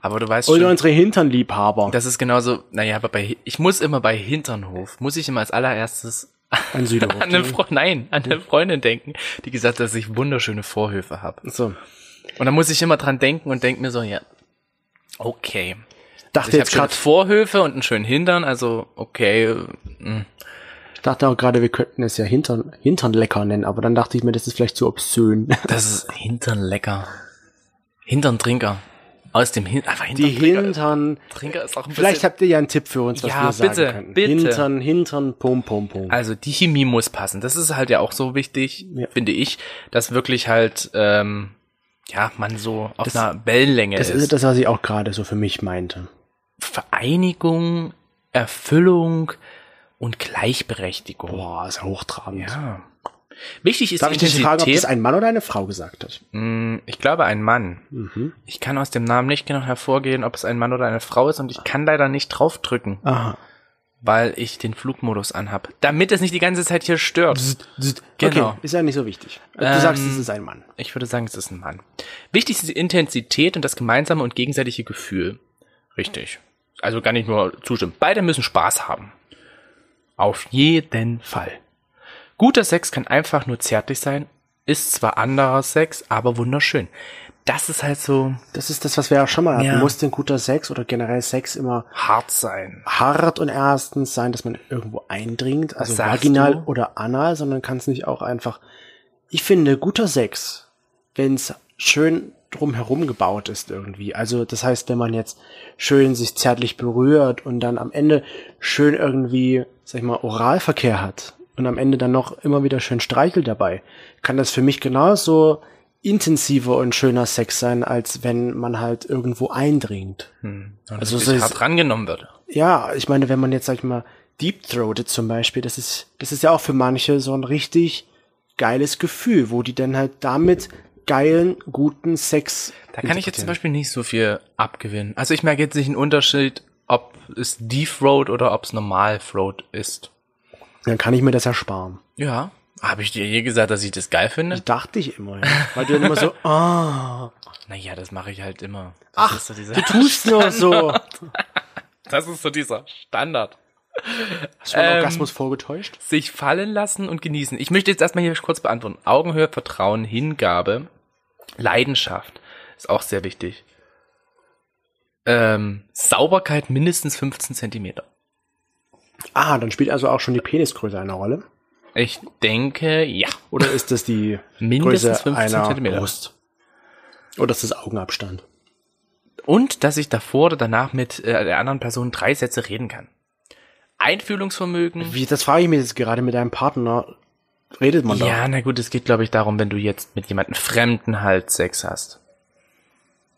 [SPEAKER 2] Aber du weißt
[SPEAKER 1] Oder
[SPEAKER 2] schon,
[SPEAKER 1] unsere Hinternliebhaber
[SPEAKER 2] das ist genauso, naja, aber bei, ich muss immer bei Hinternhof, muss ich immer als allererstes
[SPEAKER 1] an Südhof.
[SPEAKER 2] an eine, Fre Nein, an eine Freundin denken, die gesagt hat, dass ich wunderschöne Vorhöfe habe.
[SPEAKER 1] so.
[SPEAKER 2] Und dann muss ich immer dran denken und denke mir so, ja, okay.
[SPEAKER 1] Dachte
[SPEAKER 2] Ich habe
[SPEAKER 1] jetzt
[SPEAKER 2] gerade
[SPEAKER 1] gerade,
[SPEAKER 2] Vorhöfe und einen schönen Hintern, also okay, äh, mh.
[SPEAKER 1] dachte auch gerade, wir könnten es ja Hintern, Hinternlecker nennen, aber dann dachte ich mir, das ist vielleicht zu obszön.
[SPEAKER 2] das ist Hintern lecker. Hinterntrinker. Aus dem Hin aber
[SPEAKER 1] Die
[SPEAKER 2] Hinterntrinker.
[SPEAKER 1] Hintern,
[SPEAKER 2] Trinker ist auch ein bisschen
[SPEAKER 1] vielleicht habt ihr ja einen Tipp für uns, was
[SPEAKER 2] Ja,
[SPEAKER 1] wir sagen
[SPEAKER 2] bitte,
[SPEAKER 1] könnten.
[SPEAKER 2] bitte.
[SPEAKER 1] Hintern, Hintern, pum, pum, pum.
[SPEAKER 2] Also die Chemie muss passen. Das ist halt ja auch so wichtig,
[SPEAKER 1] Hm. Ja.
[SPEAKER 2] finde ich, dass wirklich halt ähm, ja man so auf
[SPEAKER 1] Das-
[SPEAKER 2] einer Wellenlänge
[SPEAKER 1] Das
[SPEAKER 2] ist.
[SPEAKER 1] ist das, was ich auch gerade so für mich meinte.
[SPEAKER 2] Vereinigung, Erfüllung und Gleichberechtigung.
[SPEAKER 1] Boah, ist ja hochtrabend.
[SPEAKER 2] Ja. Wichtig ist
[SPEAKER 1] Darf ich
[SPEAKER 2] die
[SPEAKER 1] dich
[SPEAKER 2] Intensität.
[SPEAKER 1] fragen, ob das ein Mann oder eine Frau gesagt hat?
[SPEAKER 2] Mm, ich glaube ein Mann.
[SPEAKER 1] Mhm.
[SPEAKER 2] Ich kann aus dem Namen nicht genau hervorgehen, ob es ein Mann oder eine Frau ist und ich kann leider nicht draufdrücken,
[SPEAKER 1] Aha.
[SPEAKER 2] weil ich den Flugmodus anhab, damit es nicht die ganze Zeit hier stört.
[SPEAKER 1] Genau.
[SPEAKER 2] Genau.
[SPEAKER 1] Okay, ist ja nicht so wichtig. Du
[SPEAKER 2] Ähm,
[SPEAKER 1] sagst, es ist ein Mann.
[SPEAKER 2] Ich würde sagen, es ist ein Mann. Wichtig ist die Intensität und das gemeinsame und gegenseitige Gefühl. Richtig. Also gar nicht nur zustimmen. Beide müssen Spaß haben. Auf jeden Fall. Guter Sex kann einfach nur zärtlich sein, ist zwar anderer Sex, aber wunderschön. Das ist halt so
[SPEAKER 1] Das ist das, was wir ja schon mal hatten.
[SPEAKER 2] Ja.
[SPEAKER 1] Muss denn guter Sex oder generell Sex immer
[SPEAKER 2] hart sein.
[SPEAKER 1] hart und erstens sein, dass man irgendwo eindringt, also
[SPEAKER 2] sagst
[SPEAKER 1] vaginal
[SPEAKER 2] du?
[SPEAKER 1] oder anal, sondern kann es nicht auch einfach. Ich finde, guter Sex, wenn es schön drumherum gebaut ist irgendwie. Also das heißt, wenn man jetzt schön sich zärtlich berührt und dann am Ende schön irgendwie, sag ich mal, Oralverkehr hat und am Ende dann noch immer wieder schön streichelt dabei, kann das für mich genauso intensiver und schöner Sex sein, als wenn man halt irgendwo eindringt.
[SPEAKER 2] Hm. Und
[SPEAKER 1] Also
[SPEAKER 2] also
[SPEAKER 1] es ist-
[SPEAKER 2] hart rangenommen wird.
[SPEAKER 1] Ja, ich meine, wenn man jetzt, sag ich mal, Deep Throated zum Beispiel, das ist, das ist ja auch für manche so ein richtig geiles Gefühl, wo die dann halt damit geilen, guten Sex.
[SPEAKER 2] Da kann ich jetzt zum
[SPEAKER 1] interpretieren.
[SPEAKER 2] Beispiel nicht so viel abgewinnen. Also ich merke jetzt nicht einen Unterschied, ob es Deep Road oder ob es Normal Road ist.
[SPEAKER 1] Dann kann ich mir das ersparen.
[SPEAKER 2] Ja. Habe ich dir je gesagt, dass ich das geil finde?
[SPEAKER 1] Das dachte ich immer, ja. weil du dann immer so, ah,
[SPEAKER 2] Naja, das mache ich halt immer. Das
[SPEAKER 1] Ach,
[SPEAKER 2] ist so dieser,
[SPEAKER 1] du tust nur so.
[SPEAKER 2] das ist so dieser Standard.
[SPEAKER 1] Hast du einen
[SPEAKER 2] Ähm.
[SPEAKER 1] Orgasmus vorgetäuscht?
[SPEAKER 2] Sich fallen lassen und genießen. Ich möchte jetzt erstmal hier kurz beantworten. Augenhöhe, Vertrauen, Hingabe, Leidenschaft ist auch sehr wichtig. Ähm, Sauberkeit mindestens 15 Zentimeter.
[SPEAKER 1] Ah, dann spielt also auch schon die Penisgröße eine Rolle.
[SPEAKER 2] Ich denke, ja.
[SPEAKER 1] Oder ist das die
[SPEAKER 2] Mindestens
[SPEAKER 1] Größe
[SPEAKER 2] 15
[SPEAKER 1] einer
[SPEAKER 2] Zentimeter.
[SPEAKER 1] Brust? Oder ist das Augenabstand?
[SPEAKER 2] Und dass ich davor oder danach mit äh, der anderen Person drei Sätze reden kann. Einfühlungsvermögen.
[SPEAKER 1] Wie, das frage ich mich jetzt gerade mit deinem Partner. Redet man da?
[SPEAKER 2] Ja, na gut, es geht, glaube ich, darum, wenn du jetzt mit jemandem Fremden halt Sex hast.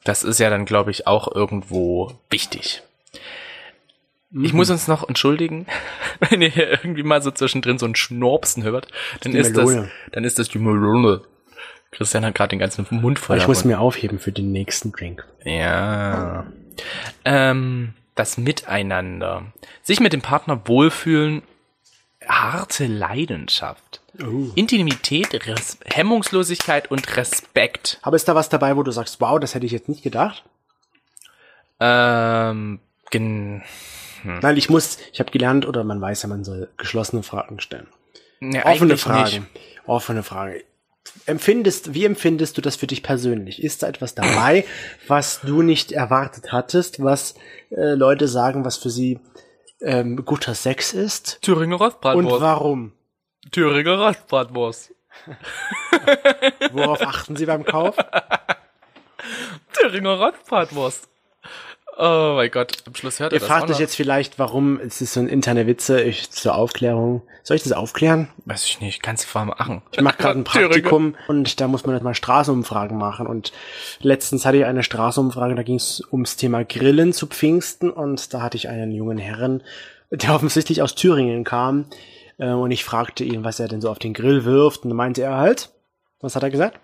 [SPEAKER 2] Das ist ja dann, glaube ich, auch irgendwo wichtig. Ich
[SPEAKER 1] Mhm.
[SPEAKER 2] muss uns noch entschuldigen, wenn ihr hier irgendwie mal so zwischendrin so ein Schnorpsen hört, dann
[SPEAKER 1] die
[SPEAKER 2] ist das,
[SPEAKER 1] Melone.
[SPEAKER 2] dann ist das die Melone. Christian hat gerade den ganzen Mund voll.
[SPEAKER 1] Ich muss
[SPEAKER 2] davon.
[SPEAKER 1] mir aufheben für den nächsten Drink.
[SPEAKER 2] ja. Ähm, das Miteinander. Sich mit dem Partner wohlfühlen. Harte Leidenschaft.
[SPEAKER 1] Uh.
[SPEAKER 2] Intimität, Res Hemmungslosigkeit und Respekt.
[SPEAKER 1] Aber ist da was dabei, wo du sagst, wow, das hätte ich jetzt nicht gedacht?
[SPEAKER 2] Ähm, gen Hm.
[SPEAKER 1] Weil ich muss, ich habe gelernt, oder man weiß ja, man soll geschlossene Fragen stellen.
[SPEAKER 2] ne,
[SPEAKER 1] Offene
[SPEAKER 2] eigentlich
[SPEAKER 1] Fragen. Offene Fragen. Empfindest, wie empfindest du das für dich persönlich? Ist da etwas dabei, was du nicht erwartet hattest, was äh, Leute sagen, was für sie ähm, guter Sex ist
[SPEAKER 2] Thüringer
[SPEAKER 1] und
[SPEAKER 2] Rostbratwurst.
[SPEAKER 1] warum.
[SPEAKER 2] Thüringer Rostbratwurst.
[SPEAKER 1] Worauf achten Sie beim Kauf?
[SPEAKER 2] Thüringer Rostbratwurst. Oh mein Gott, am Schluss hört er
[SPEAKER 1] Ihr
[SPEAKER 2] das auch
[SPEAKER 1] fragt
[SPEAKER 2] noch.
[SPEAKER 1] euch jetzt vielleicht, warum, es ist so ein interne Witze ich, zur Aufklärung. Soll ich das aufklären?
[SPEAKER 2] Weiß ich nicht, kannst du vor allem machen.
[SPEAKER 1] Ich mache gerade ein Praktikum und da muss man jetzt mal Straßenumfragen machen. Und letztens hatte ich eine Straßenumfrage, da ging es ums Thema Grillen zu Pfingsten und da hatte ich einen jungen Herren, der offensichtlich aus Thüringen kam. äh, Und ich fragte ihn, was er denn so auf den Grill wirft. Und dann meinte er halt, was hat er gesagt?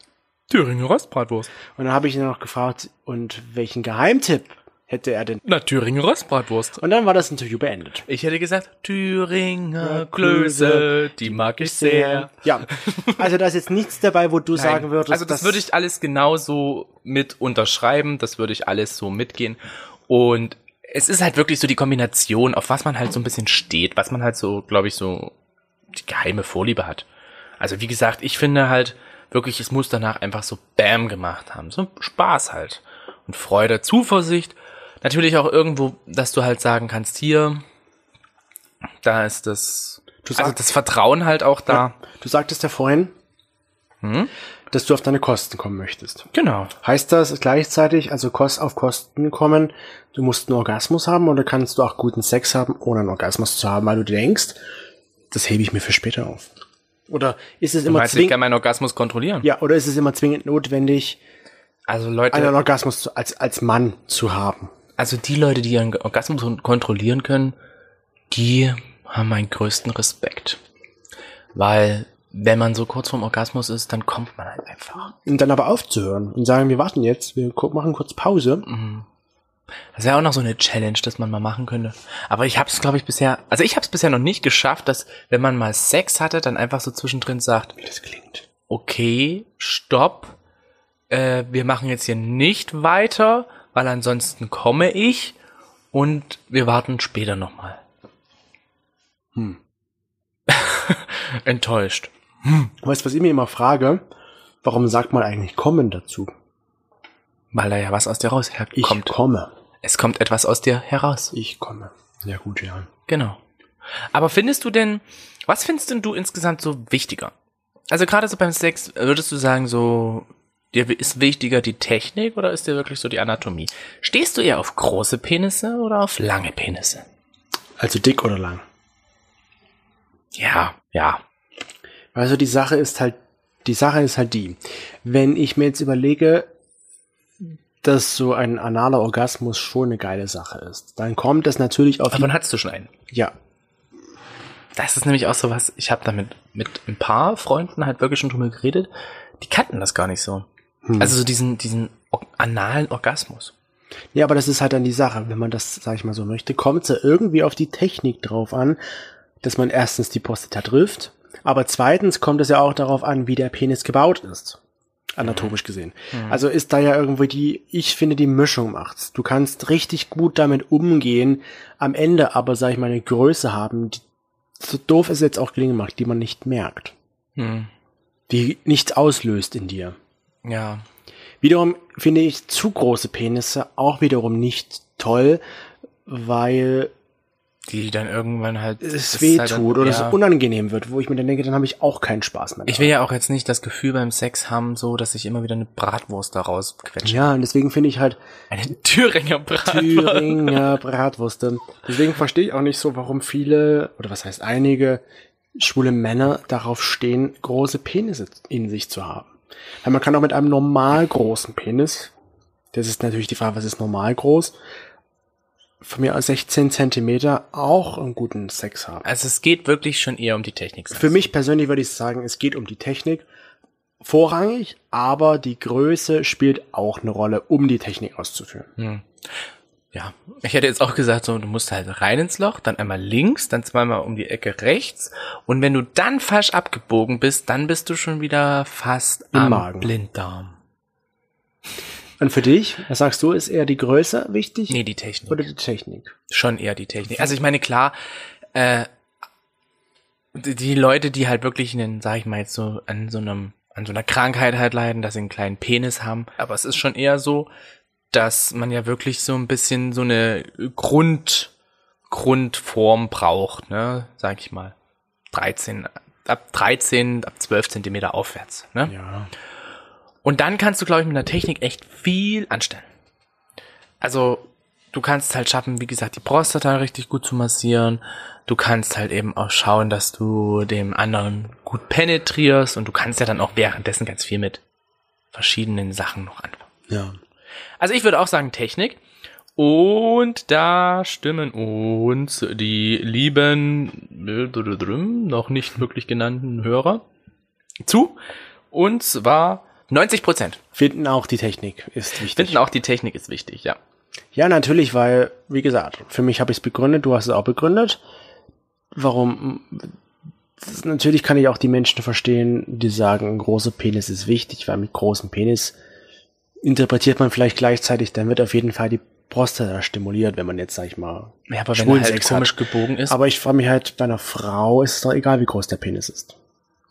[SPEAKER 2] Thüringer Rostbratwurst.
[SPEAKER 1] Und dann habe ich ihn noch gefragt, und welchen Geheimtipp hätte er denn?
[SPEAKER 2] Na, Thüringer Rostbratwurst.
[SPEAKER 1] Und dann war das Interview beendet.
[SPEAKER 2] Ich hätte gesagt, Thüringer Klöße,
[SPEAKER 1] Klöße,
[SPEAKER 2] die mag ich sehr.
[SPEAKER 1] Ähm, Ja. Also da ist jetzt nichts dabei, wo du sagen würdest.
[SPEAKER 2] Also das
[SPEAKER 1] dass-
[SPEAKER 2] würde ich alles genauso mit unterschreiben, das würde ich alles so mitgehen. Und es ist halt wirklich so die Kombination, auf was man halt so ein bisschen steht, was man halt so, glaube ich, so die geheime Vorliebe hat. Also wie gesagt, ich finde halt wirklich, es muss danach einfach so Bam gemacht haben. So Spaß halt. Und Freude, Zuversicht. Natürlich auch irgendwo, dass du halt sagen kannst, hier, da ist das,
[SPEAKER 1] Du
[SPEAKER 2] also
[SPEAKER 1] sagst-
[SPEAKER 2] das Vertrauen halt auch da.
[SPEAKER 1] Du sagtest ja vorhin,
[SPEAKER 2] Hm?
[SPEAKER 1] dass du auf deine Kosten kommen möchtest.
[SPEAKER 2] Genau.
[SPEAKER 1] Heißt das gleichzeitig, also Kost auf Kosten kommen, du musst einen Orgasmus haben oder kannst du auch guten Sex haben, ohne einen Orgasmus zu haben, weil du dir denkst, das hebe ich mir für später auf. Oder ist es immer
[SPEAKER 2] Meinst du, ich kann
[SPEAKER 1] zwingend,
[SPEAKER 2] meinen Orgasmus kontrollieren?
[SPEAKER 1] ja, oder ist es immer zwingend notwendig,
[SPEAKER 2] Also Leute,
[SPEAKER 1] einen Orgasmus zu, als, als Mann zu haben?
[SPEAKER 2] also die Leute, die ihren Orgasmus kon- kontrollieren können, die haben meinen größten Respekt. Weil wenn man so kurz vorm Orgasmus ist, dann kommt man halt einfach.
[SPEAKER 1] Und Um dann aber aufzuhören und sagen, wir warten jetzt, wir gu- machen kurz Pause.
[SPEAKER 2] Mhm. Das wäre auch noch so eine Challenge, dass man mal machen könnte. Aber ich habe es, glaube ich, bisher, also ich habe es bisher noch nicht geschafft, dass wenn man mal Sex hatte, dann einfach so zwischendrin sagt,
[SPEAKER 1] Wie das klingt.
[SPEAKER 2] okay, stopp, äh, wir machen jetzt hier nicht weiter, weil ansonsten komme ich und wir warten später nochmal.
[SPEAKER 1] Hm.
[SPEAKER 2] Enttäuscht.
[SPEAKER 1] Weißt du, was ich mir immer frage? Warum sagt man eigentlich kommen dazu?
[SPEAKER 2] Weil da ja was aus dir raus
[SPEAKER 1] Ich
[SPEAKER 2] herkommt.
[SPEAKER 1] komme.
[SPEAKER 2] es kommt etwas aus dir heraus.
[SPEAKER 1] Ich komme. Ja gut, ja.
[SPEAKER 2] Genau. Aber findest du denn, was findest denn du insgesamt so wichtiger? Also gerade so beim Sex, würdest du sagen, so, dir ist wichtiger die Technik oder ist dir wirklich so die Anatomie? Stehst du eher auf große Penisse oder auf lange Penisse?
[SPEAKER 1] Also dick oder lang?
[SPEAKER 2] Ja, ja.
[SPEAKER 1] Also die Sache ist halt, die Sache ist halt die, wenn ich mir jetzt überlege, dass so ein analer Orgasmus schon eine geile Sache ist, dann kommt es natürlich auf
[SPEAKER 2] Davon hattest du schon einen.
[SPEAKER 1] die, ja,
[SPEAKER 2] Das ist nämlich auch so was, ich habe damit mit ein paar Freunden halt wirklich schon drüber geredet, die kannten das gar nicht so.
[SPEAKER 1] Hm.
[SPEAKER 2] Also so diesen, diesen or- analen Orgasmus.
[SPEAKER 1] ja, aber das ist halt dann die Sache, wenn man das, sag ich mal so möchte, kommt es ja irgendwie auf die Technik drauf an, dass man erstens die Prostata trifft, aber zweitens kommt es ja auch darauf an, wie der Penis gebaut ist. Anatomisch gesehen. Also ist da ja irgendwie die, ich finde, die Mischung macht's. Du kannst richtig gut damit umgehen, am Ende aber, sag ich mal, eine Größe haben, die, so doof es jetzt auch klingen macht, die man nicht merkt.
[SPEAKER 2] Hm.
[SPEAKER 1] Die nichts auslöst in dir.
[SPEAKER 2] Ja.
[SPEAKER 1] Wiederum finde ich zu große Penisse auch wiederum nicht toll, weil
[SPEAKER 2] Die dann irgendwann halt.
[SPEAKER 1] es
[SPEAKER 2] das
[SPEAKER 1] weh
[SPEAKER 2] ist
[SPEAKER 1] tut
[SPEAKER 2] halt dann-
[SPEAKER 1] oder
[SPEAKER 2] ja.
[SPEAKER 1] es unangenehm wird, wo ich mir dann denke, dann habe ich auch keinen Spaß mehr.
[SPEAKER 2] Ich will ja auch jetzt nicht das Gefühl beim Sex haben, so, dass ich immer wieder eine Bratwurst daraus quetsche.
[SPEAKER 1] ja, und deswegen finde ich halt
[SPEAKER 2] Eine Thüringer Bratwurst.
[SPEAKER 1] Thüringer Bratwurste. Deswegen verstehe ich auch nicht so, warum viele, oder was heißt einige, schwule Männer darauf stehen, große Penisse in sich zu haben. Weil man kann auch mit einem normal großen Penis, das ist natürlich die Frage, was ist normal groß, von mir aus 16 Zentimeter auch einen guten Sex haben.
[SPEAKER 2] Also es geht wirklich schon eher um die Technik.
[SPEAKER 1] Für mich persönlich würde ich sagen, es geht um die Technik vorrangig, aber die Größe spielt auch eine Rolle, um die Technik auszuführen.
[SPEAKER 2] Hm. Ja, ich hätte jetzt auch gesagt, so, du musst halt rein ins Loch, dann einmal links, dann zweimal um die Ecke rechts. Und wenn du dann falsch abgebogen bist, dann bist du schon wieder fast
[SPEAKER 1] Im
[SPEAKER 2] am
[SPEAKER 1] Magen.
[SPEAKER 2] Blinddarm.
[SPEAKER 1] Und für dich, was sagst du, ist eher die Größe wichtig
[SPEAKER 2] Nee, die Technik.
[SPEAKER 1] oder die Technik?
[SPEAKER 2] Schon eher die Technik. Also ich meine, klar, äh, die die Leute, die halt wirklich einen, sag ich mal jetzt so, an so einem, an so einer Krankheit halt leiden, dass sie einen kleinen Penis haben. Aber es ist schon eher so, dass man ja wirklich so ein bisschen so eine Grund, Grundform braucht, ne, sag ich mal. 13, ab 13, ab 12 Zentimeter aufwärts, ne?
[SPEAKER 1] Ja.
[SPEAKER 2] Und dann kannst du, glaube ich, mit einer Technik echt viel anstellen. Also, du kannst halt schaffen, wie gesagt, die Prostata richtig gut zu massieren. Du kannst halt eben auch schauen, dass du dem anderen gut penetrierst und du kannst ja dann auch währenddessen ganz viel mit verschiedenen Sachen noch anfangen.
[SPEAKER 1] Ja.
[SPEAKER 2] Also ich würde auch sagen Technik. Und da stimmen uns die lieben, noch nicht wirklich genannten Hörer zu. Und zwar 90 Prozent.
[SPEAKER 1] Finden auch die Technik ist wichtig.
[SPEAKER 2] Finden auch die Technik ist wichtig, ja.
[SPEAKER 1] Ja, natürlich, weil, wie gesagt, für mich habe ich es begründet, du hast es auch begründet. Warum? Das, natürlich kann ich auch die Menschen verstehen, die sagen, ein großer Penis ist wichtig, weil mit großem Penis interpretiert man vielleicht gleichzeitig, dann wird auf jeden Fall die Prostata stimuliert, wenn man jetzt, sag ich mal,
[SPEAKER 2] Ja, aber halt
[SPEAKER 1] Schwulen Sex
[SPEAKER 2] komisch gebogen ist.
[SPEAKER 1] aber ich frage mich halt, bei einer Frau ist es doch egal, wie groß der Penis ist.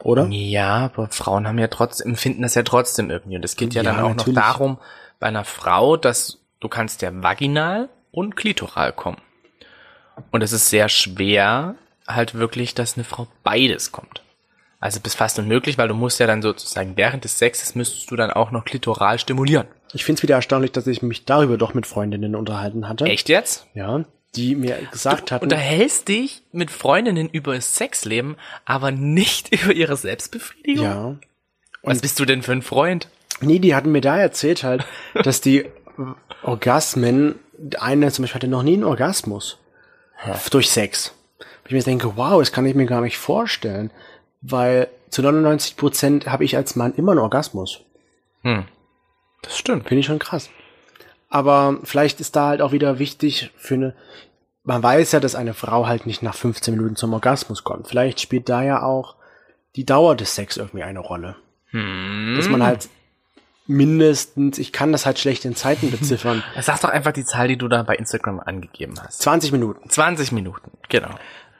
[SPEAKER 1] Oder?
[SPEAKER 2] ja, aber Frauen haben ja trotzdem, empfinden das ja trotzdem irgendwie. Und es geht ja,
[SPEAKER 1] Ja,
[SPEAKER 2] dann auch
[SPEAKER 1] natürlich.
[SPEAKER 2] noch darum, bei einer Frau, dass du kannst ja vaginal und klitoral kommen. Und es ist sehr schwer, halt wirklich, dass eine Frau beides kommt. Also bis fast unmöglich, weil du musst ja dann sozusagen während des Sexes müsstest du dann auch noch klitoral stimulieren.
[SPEAKER 1] Ich finde es wieder erstaunlich, dass ich mich darüber doch mit Freundinnen unterhalten hatte.
[SPEAKER 2] Echt jetzt?
[SPEAKER 1] Ja. Die mir gesagt hatten,
[SPEAKER 2] unterhältst dich mit Freundinnen über ihr Sexleben, aber nicht über ihre Selbstbefriedigung?
[SPEAKER 1] ja,
[SPEAKER 2] Was bist du denn für ein Freund?
[SPEAKER 1] Nee, die hatten mir da erzählt halt, dass die Orgasmen, eine zum Beispiel hatte noch nie einen Orgasmus. Durch Sex. Und ich mir denke, wow, das kann ich mir gar nicht vorstellen. Weil zu 99 Prozent habe ich als Mann immer einen Orgasmus.
[SPEAKER 2] Das stimmt.
[SPEAKER 1] Finde ich schon krass. Aber vielleicht ist da halt auch wieder wichtig für eine, man weiß ja, dass eine Frau halt nicht nach 15 Minuten zum Orgasmus kommt. Vielleicht spielt da ja auch die Dauer des Sex irgendwie eine Rolle
[SPEAKER 2] Hm.
[SPEAKER 1] dass man halt mindestens, ich kann das halt schlecht in Zeiten beziffern,
[SPEAKER 2] Sag doch einfach die Zahl, die du da bei Instagram angegeben hast.
[SPEAKER 1] 20 Minuten.
[SPEAKER 2] 20 Minuten, genau.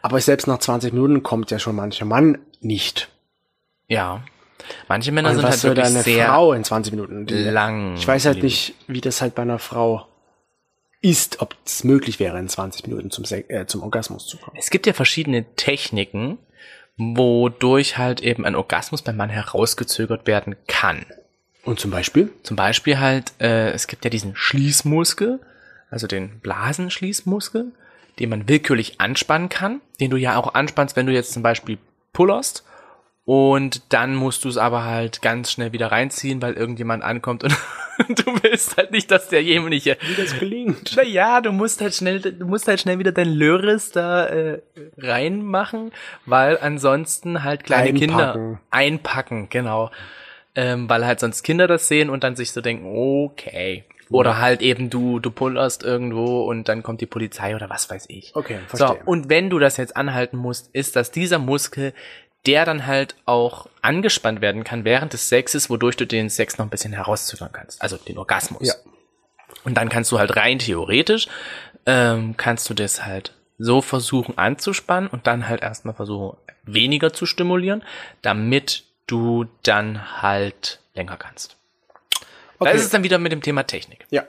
[SPEAKER 1] Aber selbst nach 20 Minuten kommt ja schon mancher Mann nicht.
[SPEAKER 2] Ja. Manche Männer
[SPEAKER 1] Und
[SPEAKER 2] sind
[SPEAKER 1] was
[SPEAKER 2] halt
[SPEAKER 1] soll da
[SPEAKER 2] wirklich
[SPEAKER 1] eine
[SPEAKER 2] sehr
[SPEAKER 1] Frau in 20 Minuten? Die-
[SPEAKER 2] lang.
[SPEAKER 1] Ich weiß halt
[SPEAKER 2] lieben.
[SPEAKER 1] nicht, wie das halt bei einer Frau ist, ob es möglich wäre, in 20 Minuten zum, Sek äh, zum Orgasmus zu kommen.
[SPEAKER 2] Es gibt ja verschiedene Techniken, wodurch halt eben ein Orgasmus beim Mann herausgezögert werden kann.
[SPEAKER 1] Und zum Beispiel?
[SPEAKER 2] Zum Beispiel halt, äh, es gibt ja diesen Schließmuskel, also den Blasenschließmuskel, den man willkürlich anspannen kann, den du ja auch anspannst, wenn du jetzt zum Beispiel pullerst. Und dann musst du es aber halt ganz schnell wieder reinziehen, weil irgendjemand ankommt und du willst halt nicht, dass der jemandliche.
[SPEAKER 1] Wie das gelingt.
[SPEAKER 2] Naja, du musst halt schnell, du musst halt schnell wieder dein Löris da äh, reinmachen, weil ansonsten halt kleine
[SPEAKER 1] Einpacken.
[SPEAKER 2] Kinder einpacken, genau. Ähm, weil halt sonst Kinder das sehen und dann sich so denken, okay. Oder halt eben du, du pullerst irgendwo und dann kommt die Polizei oder was weiß ich.
[SPEAKER 1] Okay,
[SPEAKER 2] So,
[SPEAKER 1] verstehe.
[SPEAKER 2] und wenn du das jetzt anhalten musst, ist das dieser Muskel, der dann halt auch angespannt werden kann während des Sexes, wodurch du den Sex noch ein bisschen herauszögern kannst. Also den Orgasmus.
[SPEAKER 1] Ja.
[SPEAKER 2] Und dann kannst du halt rein theoretisch, ähm, kannst du das halt so versuchen anzuspannen und dann halt erstmal versuchen, weniger zu stimulieren, damit du dann halt länger kannst.
[SPEAKER 1] okay.
[SPEAKER 2] Da ist es dann wieder mit dem Thema Technik.
[SPEAKER 1] ja.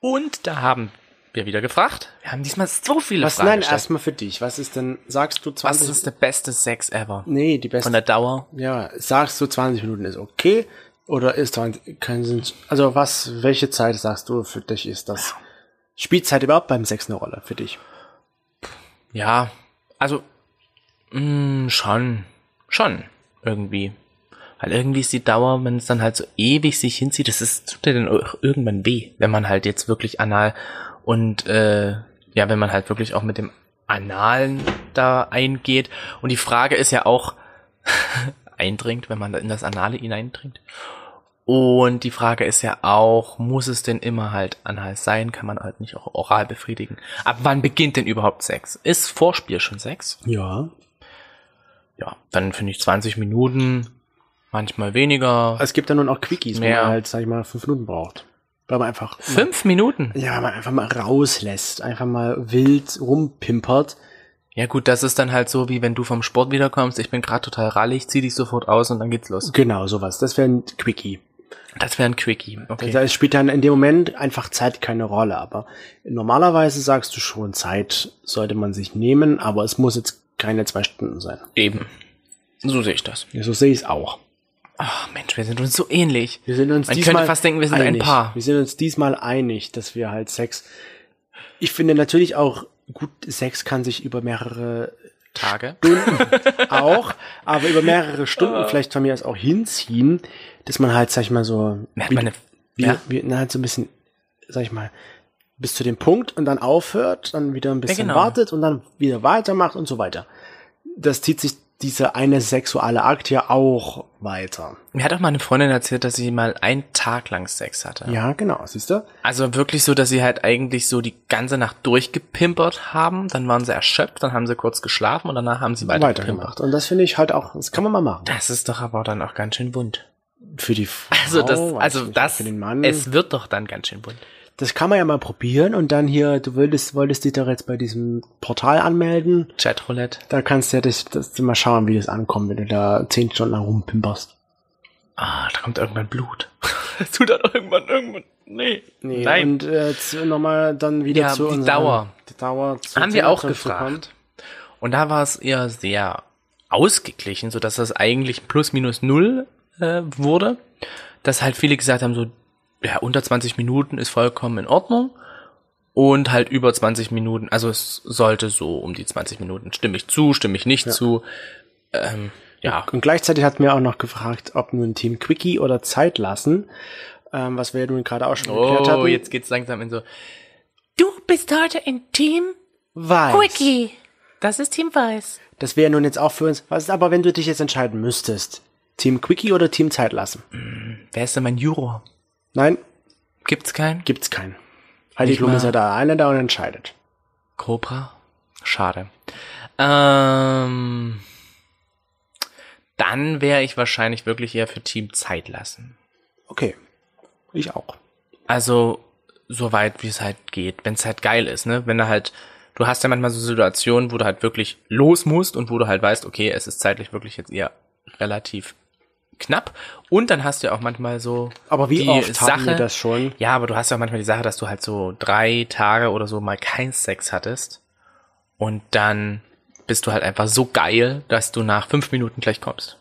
[SPEAKER 2] Und da haben wir wieder gefragt. Wir haben diesmal so viele
[SPEAKER 1] Was,
[SPEAKER 2] Fragen
[SPEAKER 1] nein,
[SPEAKER 2] gestellt.
[SPEAKER 1] erstmal für dich. Was ist denn, sagst du
[SPEAKER 2] Was
[SPEAKER 1] 20
[SPEAKER 2] ist der beste Sex ever?
[SPEAKER 1] Nee, die beste
[SPEAKER 2] Von der Dauer?
[SPEAKER 1] Ja, sagst du 20 Minuten ist okay oder ist 20, kein Sinn. Also was, welche Zeit sagst du für dich ist das? Spielt Zeit überhaupt beim Sex eine Rolle für dich?
[SPEAKER 2] Ja, also mh, schon, schon irgendwie. Weil irgendwie ist die Dauer, wenn es dann halt so ewig sich hinzieht, das ist tut dir dann auch irgendwann weh, wenn man halt jetzt wirklich anal und äh, ja, wenn man halt wirklich auch mit dem analen da eingeht. Und die Frage ist ja auch eindringt, wenn man da in das anale hineindringt. Und die Frage ist ja auch, muss es denn immer halt anal sein? Kann man halt nicht auch oral befriedigen? Ab wann beginnt denn überhaupt Sex? Ist Vorspiel schon Sex?
[SPEAKER 1] Ja.
[SPEAKER 2] Ja, dann finde ich 20 Minuten, manchmal weniger.
[SPEAKER 1] Es gibt ja nun auch Quickies, wo
[SPEAKER 2] Ja.
[SPEAKER 1] man halt, sag ich mal, fünf Minuten braucht. Weil man einfach,
[SPEAKER 2] Fünf Minuten?
[SPEAKER 1] ja, weil man einfach mal rauslässt, einfach mal wild rumpimpert.
[SPEAKER 2] Ja gut, das ist dann halt so, wie wenn du vom Sport wiederkommst, ich bin gerade total rallig, zieh dich sofort aus und dann geht's los.
[SPEAKER 1] Genau, sowas. Das wäre ein Quickie.
[SPEAKER 2] Das wäre ein Quickie. Okay.
[SPEAKER 1] Also es spielt dann in dem Moment einfach Zeit keine Rolle, aber normalerweise sagst du schon, Zeit sollte man sich nehmen, aber es muss jetzt keine zwei Stunden sein.
[SPEAKER 2] Eben. So sehe ich das.
[SPEAKER 1] Ja, so sehe ich es auch.
[SPEAKER 2] Ach Mensch, wir sind uns so ähnlich.
[SPEAKER 1] Wir sind uns
[SPEAKER 2] Man
[SPEAKER 1] diesmal
[SPEAKER 2] könnte fast denken, wir sind ein
[SPEAKER 1] einig.
[SPEAKER 2] Paar.
[SPEAKER 1] Wir sind uns diesmal einig, dass wir halt Sex. Ich finde natürlich auch gut, Sex kann sich über mehrere
[SPEAKER 2] Tage.
[SPEAKER 1] Stunden auch, aber über mehrere Stunden vielleicht von mir aus auch hinziehen, dass man halt, sag ich mal, so
[SPEAKER 2] Merkt
[SPEAKER 1] wie-
[SPEAKER 2] man eine,
[SPEAKER 1] wie,
[SPEAKER 2] ja,
[SPEAKER 1] wie, na, halt so ein bisschen, sag ich mal, bis zu dem Punkt und dann aufhört, dann wieder ein bisschen
[SPEAKER 2] genau.
[SPEAKER 1] wartet und dann wieder weitermacht und so weiter. Das zieht sich dieser eine sexuelle Akt ja auch weiter.
[SPEAKER 2] mir hat auch mal eine Freundin erzählt, dass sie mal einen Tag lang Sex hatte.
[SPEAKER 1] Ja, genau, siehst du?
[SPEAKER 2] Also wirklich so, dass sie halt eigentlich so die ganze Nacht durchgepimpert haben, dann waren sie erschöpft, dann haben sie kurz geschlafen und danach haben sie weiter
[SPEAKER 1] Weitergemacht. Und das finde ich halt auch, das kann man mal machen.
[SPEAKER 2] Das ist doch aber dann auch ganz schön bunt.
[SPEAKER 1] Für die Frau,
[SPEAKER 2] Also das,
[SPEAKER 1] Oh, weiß ich
[SPEAKER 2] also
[SPEAKER 1] nicht,
[SPEAKER 2] das,
[SPEAKER 1] für den Mann.
[SPEAKER 2] es wird doch dann ganz schön bunt.
[SPEAKER 1] das kann man ja mal probieren und dann hier, du wolltest, wolltest dich doch jetzt bei diesem Portal anmelden.
[SPEAKER 2] Chatroulette.
[SPEAKER 1] Da kannst du ja dich, das, mal schauen, wie das ankommt, wenn du da zehn Stunden lang rumpimperst.
[SPEAKER 2] Ah, da kommt irgendwann Blut. Es tut dann irgendwann, irgendwann, nee.
[SPEAKER 1] Nee,
[SPEAKER 2] Nein.
[SPEAKER 1] Und äh, nochmal dann wieder
[SPEAKER 2] Ja,
[SPEAKER 1] zu
[SPEAKER 2] die
[SPEAKER 1] unserer-
[SPEAKER 2] Dauer.
[SPEAKER 1] Die Dauer zu
[SPEAKER 2] haben wir auch
[SPEAKER 1] zu- zu kommen.
[SPEAKER 2] gefragt. Und da war es eher sehr ausgeglichen, so dass das eigentlich ein plus minus null äh, wurde. Dass halt viele gesagt haben, so ja, unter 20 Minuten ist vollkommen in Ordnung. Und halt über 20 Minuten, also es sollte so um die 20 Minuten. Stimme ich zu, stimme ich nicht zu. Ähm, ja,
[SPEAKER 1] Und gleichzeitig hat mir auch noch gefragt, ob nun Team Quickie oder Zeit lassen, ähm, was wir ja nun gerade auch schon geklärt
[SPEAKER 2] oh,
[SPEAKER 1] hatten.
[SPEAKER 2] jetzt geht's langsam in so. Du bist heute im Team
[SPEAKER 1] Weiß.
[SPEAKER 2] Quickie. Das ist Team Weiß.
[SPEAKER 1] Das wäre nun jetzt auch für uns. Was ist aber, wenn du dich jetzt entscheiden müsstest? Team Quickie oder Team Zeit lassen?
[SPEAKER 2] Wer ist denn mein Juror?
[SPEAKER 1] Nein,
[SPEAKER 2] Gibt's keinen?
[SPEAKER 1] gibt's keinen. Heidi
[SPEAKER 2] Nicht
[SPEAKER 1] Klum
[SPEAKER 2] mal.
[SPEAKER 1] ist ja da einer da und entscheidet.
[SPEAKER 2] Cobra? Schade. Ähm, dann wäre ich wahrscheinlich wirklich eher für Team Zeit lassen.
[SPEAKER 1] Okay. Ich auch.
[SPEAKER 2] Also, so weit wie es halt geht, wenn es halt geil ist, ne? Wenn du halt, du hast ja manchmal so Situationen, wo du halt wirklich los musst und wo du halt weißt, okay, es ist zeitlich wirklich jetzt eher relativ knapp. Und dann hast du ja auch manchmal so.
[SPEAKER 1] Aber wie
[SPEAKER 2] die
[SPEAKER 1] oft hatten wir
[SPEAKER 2] Sache-
[SPEAKER 1] das schon?
[SPEAKER 2] Ja, aber du hast ja manchmal die Sache, dass du halt so drei Tage oder so mal keinen Sex hattest. Und dann bist du halt einfach so geil, dass du nach fünf Minuten gleich kommst.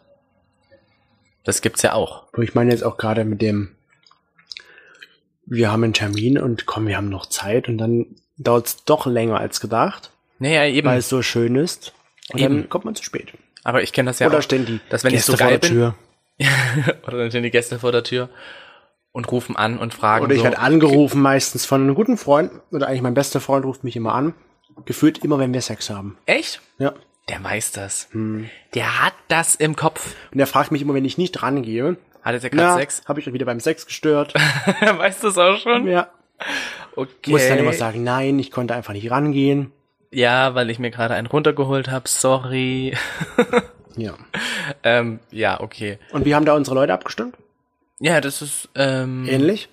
[SPEAKER 2] Das gibt's ja auch.
[SPEAKER 1] Aber Ich meine jetzt auch gerade mit dem, wir haben einen Termin und komm, wir haben noch Zeit und dann dauert's doch länger als gedacht,
[SPEAKER 2] Naja, eben.
[SPEAKER 1] weil es so schön ist. Und dann
[SPEAKER 2] Eben.
[SPEAKER 1] kommt man zu spät.
[SPEAKER 2] aber ich kenne das ja
[SPEAKER 1] Oder
[SPEAKER 2] auch.
[SPEAKER 1] stehen die
[SPEAKER 2] dass wenn ich so
[SPEAKER 1] Gäste vor
[SPEAKER 2] geil
[SPEAKER 1] der
[SPEAKER 2] bin-
[SPEAKER 1] Tür.
[SPEAKER 2] Oder dann stehen die Gäste vor der Tür und rufen an und fragen.
[SPEAKER 1] Oder ich halt
[SPEAKER 2] so,
[SPEAKER 1] werde angerufen meistens von einem guten Freund oder eigentlich mein bester Freund ruft mich immer an. Gefühlt immer, wenn wir Sex haben.
[SPEAKER 2] Echt?
[SPEAKER 1] Ja.
[SPEAKER 2] Der weiß das.
[SPEAKER 1] Hm.
[SPEAKER 2] Der hat das im Kopf.
[SPEAKER 1] Und er fragt mich immer, wenn ich nicht rangehe.
[SPEAKER 2] Hat jetzt ja gerade
[SPEAKER 1] Na,
[SPEAKER 2] Sex.
[SPEAKER 1] habe ich euch wieder beim Sex gestört?
[SPEAKER 2] weißt du es auch schon?
[SPEAKER 1] ja.
[SPEAKER 2] Okay.
[SPEAKER 1] Muss dann immer sagen, nein, ich konnte einfach nicht rangehen.
[SPEAKER 2] Ja, weil ich mir gerade einen runtergeholt habe. Sorry.
[SPEAKER 1] Ja.
[SPEAKER 2] ähm, ja, okay.
[SPEAKER 1] Und wir haben da unsere Leute abgestimmt.
[SPEAKER 2] Ja, das ist ähm,
[SPEAKER 1] Ähnlich.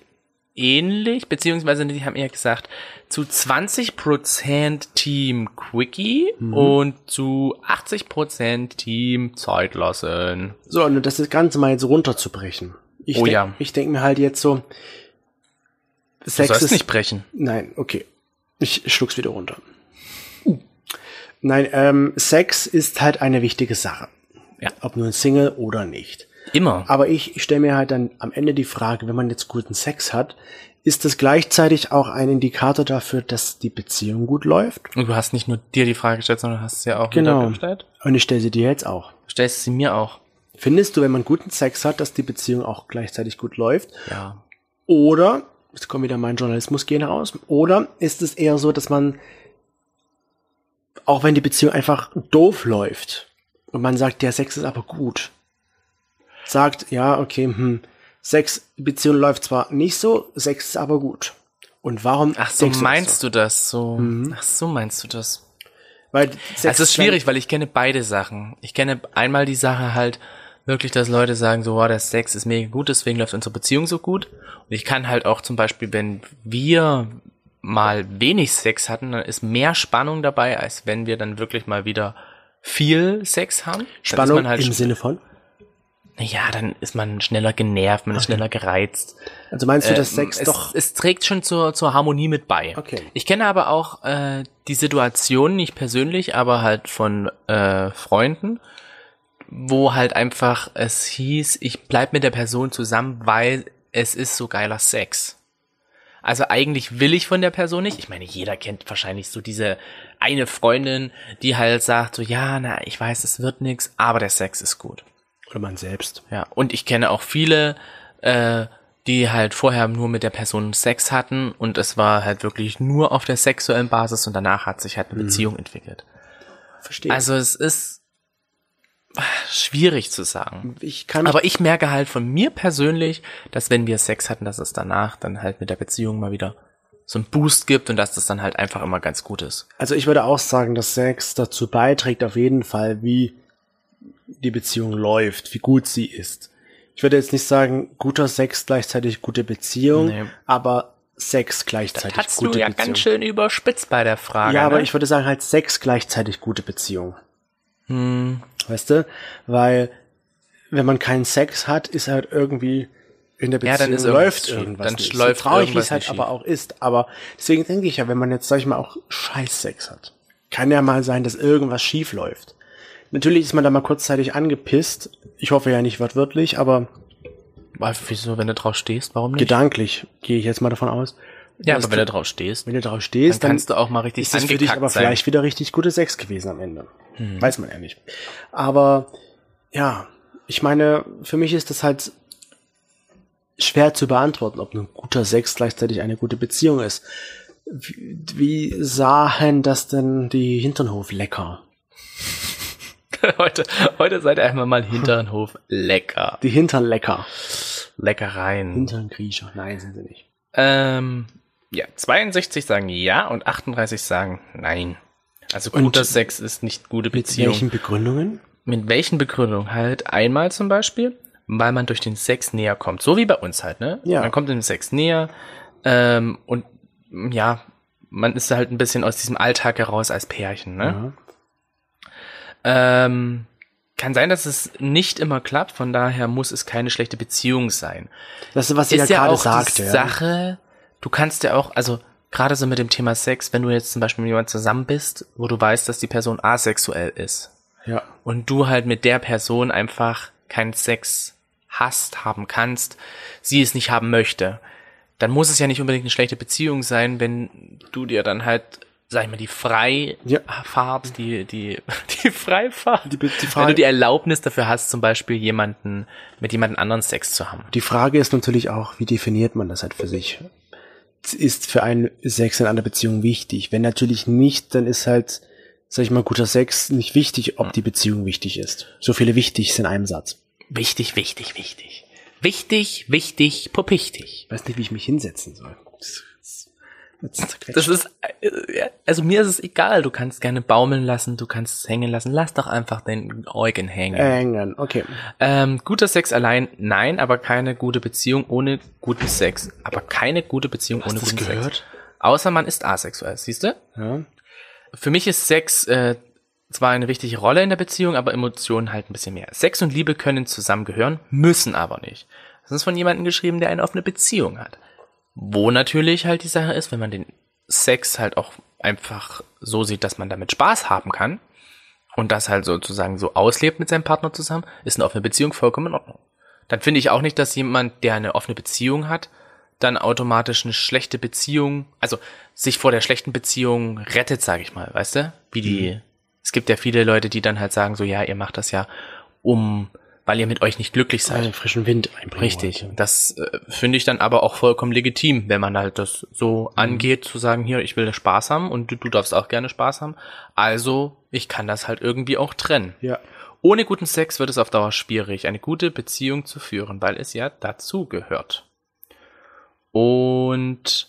[SPEAKER 2] ähnlich, beziehungsweise die haben eher gesagt, zu 20% Team Quickie
[SPEAKER 1] Mhm.
[SPEAKER 2] und zu 80% Team Zeit lassen.
[SPEAKER 1] So, und das Ganze mal jetzt runterzubrechen. Ich
[SPEAKER 2] Oh
[SPEAKER 1] denk,
[SPEAKER 2] ja.
[SPEAKER 1] Ich denke mir halt jetzt so,
[SPEAKER 2] Du
[SPEAKER 1] Sex
[SPEAKER 2] sollst
[SPEAKER 1] ist.
[SPEAKER 2] nicht brechen.
[SPEAKER 1] Nein, okay. Ich schluck's wieder runter. Nein, ähm, Sex ist halt eine wichtige Sache.
[SPEAKER 2] Ja.
[SPEAKER 1] Ob nun Single oder nicht.
[SPEAKER 2] Immer.
[SPEAKER 1] Aber ich, ich stelle mir halt dann am Ende die Frage, wenn man jetzt guten Sex hat, ist das gleichzeitig auch ein Indikator dafür, dass die Beziehung gut läuft?
[SPEAKER 2] Und du hast nicht nur dir die Frage gestellt, sondern hast sie ja auch
[SPEAKER 1] Genau.
[SPEAKER 2] wieder gestellt.
[SPEAKER 1] Und ich stelle sie dir jetzt auch.
[SPEAKER 2] Du stellst sie mir auch.
[SPEAKER 1] Findest du, wenn man guten Sex hat, dass die Beziehung auch gleichzeitig gut läuft?
[SPEAKER 2] Ja.
[SPEAKER 1] Oder, jetzt kommt wieder mein Journalismusgen raus, oder ist es eher so, dass man, auch wenn die Beziehung einfach doof läuft und man sagt, der Sex ist aber gut, sagt, ja, okay, hm, Sex, Beziehung läuft zwar nicht so, Sex ist aber gut. Und warum?
[SPEAKER 2] Ach so,
[SPEAKER 1] denkst das
[SPEAKER 2] meinst du das so?
[SPEAKER 1] Mhm.
[SPEAKER 2] Ach so, meinst du das?
[SPEAKER 1] Weil Sex
[SPEAKER 2] Also es ist schwierig, weil ich kenne beide Sachen. Ich kenne einmal die Sache halt wirklich, dass Leute sagen, so, wow, der Sex ist mega gut, deswegen läuft unsere Beziehung so gut. Und ich kann halt auch zum Beispiel, wenn wir mal wenig Sex hatten, dann ist mehr Spannung dabei, als wenn wir dann wirklich mal wieder viel Sex haben. Dann
[SPEAKER 1] Dann Spannung
[SPEAKER 2] ist man halt
[SPEAKER 1] im Sinne von?
[SPEAKER 2] Ja, dann ist man schneller genervt, man ist schneller gereizt.
[SPEAKER 1] Also meinst du, dass
[SPEAKER 2] Ähm,
[SPEAKER 1] Sex
[SPEAKER 2] es,
[SPEAKER 1] doch.
[SPEAKER 2] Es trägt schon zur, zur Harmonie mit bei.
[SPEAKER 1] Okay.
[SPEAKER 2] Ich kenne aber auch äh, die Situation, nicht persönlich, aber halt von äh, Freunden, wo halt einfach es hieß, ich bleib mit der Person zusammen, weil es ist so geiler Sex. Also eigentlich will ich von der Person nicht. Ich meine, jeder kennt wahrscheinlich so diese eine Freundin, die halt sagt so, ja, na, ich weiß, es wird nix, aber der Sex ist gut.
[SPEAKER 1] Oder man selbst.
[SPEAKER 2] Ja, und ich kenne auch viele, äh, die halt vorher nur mit der Person Sex hatten und es war halt wirklich nur auf der sexuellen Basis und danach hat sich halt
[SPEAKER 1] Mhm.
[SPEAKER 2] eine Beziehung entwickelt.
[SPEAKER 1] Verstehe.
[SPEAKER 2] Also es ist schwierig zu sagen.
[SPEAKER 1] ich kann.
[SPEAKER 2] Aber ich merke halt von mir persönlich, dass wenn wir Sex hatten, dass es danach dann halt mit der Beziehung mal wieder so einen Boost gibt und dass das dann halt einfach immer ganz gut ist.
[SPEAKER 1] Also ich würde auch sagen, dass Sex dazu beiträgt auf jeden Fall, wie die Beziehung läuft, wie gut sie ist. Ich würde jetzt nicht sagen, guter Sex gleichzeitig gute Beziehung,
[SPEAKER 2] Nee.
[SPEAKER 1] aber Sex gleichzeitig
[SPEAKER 2] Hast du
[SPEAKER 1] halt gute
[SPEAKER 2] ja
[SPEAKER 1] Beziehung.
[SPEAKER 2] ganz schön überspitzt bei der Frage.
[SPEAKER 1] ja, aber
[SPEAKER 2] ne?
[SPEAKER 1] ich würde sagen halt Sex gleichzeitig gute Beziehung.
[SPEAKER 2] Hm.
[SPEAKER 1] Weißt du? Weil wenn man keinen Sex hat, ist halt irgendwie in der
[SPEAKER 2] Ja,
[SPEAKER 1] Beziehung
[SPEAKER 2] dann ist irgendwas
[SPEAKER 1] läuft
[SPEAKER 2] schief.
[SPEAKER 1] irgendwas
[SPEAKER 2] Dann
[SPEAKER 1] nicht.
[SPEAKER 2] läuft
[SPEAKER 1] so traurig, wie
[SPEAKER 2] irgendwas
[SPEAKER 1] es halt
[SPEAKER 2] nicht
[SPEAKER 1] aber auch ist. Aber deswegen denke ich ja, wenn man jetzt, sag ich mal, auch Scheiß-Sex hat, kann ja mal sein, dass irgendwas schief läuft. Natürlich ist man da mal kurzzeitig angepisst. Ich hoffe ja nicht wortwörtlich, aber
[SPEAKER 2] Weil, Wieso, wenn du drauf stehst, warum nicht?
[SPEAKER 1] gedanklich gehe ich jetzt mal davon aus.
[SPEAKER 2] Ja,
[SPEAKER 1] dass
[SPEAKER 2] aber wenn du drauf stehst.
[SPEAKER 1] wenn du drauf stehst,
[SPEAKER 2] Dann
[SPEAKER 1] dann,
[SPEAKER 2] kannst du auch mal richtig
[SPEAKER 1] ist das für dich
[SPEAKER 2] angekackt
[SPEAKER 1] aber
[SPEAKER 2] sein. Hm.
[SPEAKER 1] vielleicht wieder richtig gute Sex gewesen am Ende. Weiß man ja nicht. Aber ja, ich meine, für mich ist das halt schwer zu beantworten, ob ein guter Sex gleichzeitig eine gute Beziehung ist. Wie, wie sahen das denn die Hinternhof lecker?
[SPEAKER 2] heute, heute seid ihr einmal mal hinteren Hof lecker.
[SPEAKER 1] Die Hinternlecker.
[SPEAKER 2] Leckereien.
[SPEAKER 1] Hinternkriecher. Nein, sind sie nicht.
[SPEAKER 2] Ähm, ja, 62 sagen ja und 38 sagen nein. Also
[SPEAKER 1] Und
[SPEAKER 2] guter Sex ist nicht gute Beziehung.
[SPEAKER 1] Welchen Begründungen?
[SPEAKER 2] Mit welchen Begründungen? Halt einmal zum Beispiel, weil man durch den Sex näher kommt. So wie bei uns halt, ne?
[SPEAKER 1] Ja.
[SPEAKER 2] Man kommt dem Sex näher ähm, und mm, ja, man ist halt ein bisschen aus diesem Alltag heraus als Pärchen, ne?
[SPEAKER 1] Ja.
[SPEAKER 2] Ähm, kann sein, dass es nicht immer klappt, von daher muss es keine schlechte Beziehung sein.
[SPEAKER 1] Das ist, was ich
[SPEAKER 2] ist
[SPEAKER 1] ja
[SPEAKER 2] ja
[SPEAKER 1] gerade
[SPEAKER 2] auch
[SPEAKER 1] sagte.
[SPEAKER 2] die
[SPEAKER 1] ja.
[SPEAKER 2] Sache, du kannst ja auch, also gerade so mit dem Thema Sex, wenn du jetzt zum Beispiel mit jemandem zusammen bist, wo du weißt, dass die Person asexuell ist
[SPEAKER 1] Ja.
[SPEAKER 2] und du halt mit der Person einfach keinen Sex hast, haben kannst, sie es nicht haben möchte, dann muss es ja nicht unbedingt eine schlechte Beziehung sein, wenn du dir dann halt, sag ich mal, die
[SPEAKER 1] Ja.
[SPEAKER 2] Freifahrt, die, die, die Freifahrt,
[SPEAKER 1] Die Be- die
[SPEAKER 2] wenn
[SPEAKER 1] Frei-
[SPEAKER 2] du die Erlaubnis dafür hast, zum Beispiel jemanden, mit jemandem anderen Sex zu haben.
[SPEAKER 1] Die Frage ist natürlich auch, wie definiert man das halt für sich? Ist für einen Sex in einer Beziehung wichtig? Wenn natürlich nicht, dann ist halt, sag ich mal, guter Sex nicht wichtig,
[SPEAKER 2] Hm.
[SPEAKER 1] ob die Beziehung wichtig ist. So viele wichtig sind in einem Satz.
[SPEAKER 2] Wichtig, wichtig, wichtig. Wichtig, wichtig, popichtig.
[SPEAKER 1] Ich weiß nicht, wie ich mich hinsetzen soll.
[SPEAKER 2] Das ist, äh, ja, also mir ist es egal, du kannst gerne baumeln lassen, du kannst es hängen lassen, lass doch einfach den Eugen hängen.
[SPEAKER 1] Engen, Äh, okay.
[SPEAKER 2] Ähm, guter Sex allein, nein, aber keine gute Beziehung ohne guten Sex. Aber keine gute Beziehung ohne
[SPEAKER 1] du das
[SPEAKER 2] guten Sex.
[SPEAKER 1] gehört?
[SPEAKER 2] Außer man ist asexuell, siehst du?
[SPEAKER 1] Ja.
[SPEAKER 2] Für mich ist Sex äh, zwar eine wichtige Rolle in der Beziehung, aber Emotionen halt ein bisschen mehr. Sex und Liebe können zusammengehören, müssen aber nicht. Das ist von jemandem geschrieben, der eine offene Beziehung hat. Wo natürlich halt die Sache ist, wenn man den Sex halt auch einfach so sieht, dass man damit Spaß haben kann und das halt sozusagen so auslebt mit seinem Partner zusammen, ist eine offene Beziehung vollkommen in Ordnung. Dann finde ich auch nicht, dass jemand, der eine offene Beziehung hat, dann automatisch eine schlechte Beziehung, also sich vor der schlechten Beziehung rettet, sage ich mal, weißt du? Wie die, es gibt ja viele Leute, die dann halt sagen, so ja, ihr macht das ja um, weil ihr mit euch nicht glücklich seid.
[SPEAKER 1] Einen frischen Wind einbringen.
[SPEAKER 2] Richtig.
[SPEAKER 1] wollte.
[SPEAKER 2] Das äh, finde ich dann aber auch vollkommen legitim, wenn man halt das
[SPEAKER 1] Mhm.
[SPEAKER 2] so angeht, zu sagen, hier, ich will Spaß haben und du, du darfst auch gerne Spaß haben. Also, ich kann das halt irgendwie auch trennen.
[SPEAKER 1] Ja.
[SPEAKER 2] Ohne guten Sex wird es auf Dauer schwierig, eine gute Beziehung zu führen, weil es ja dazu gehört. Und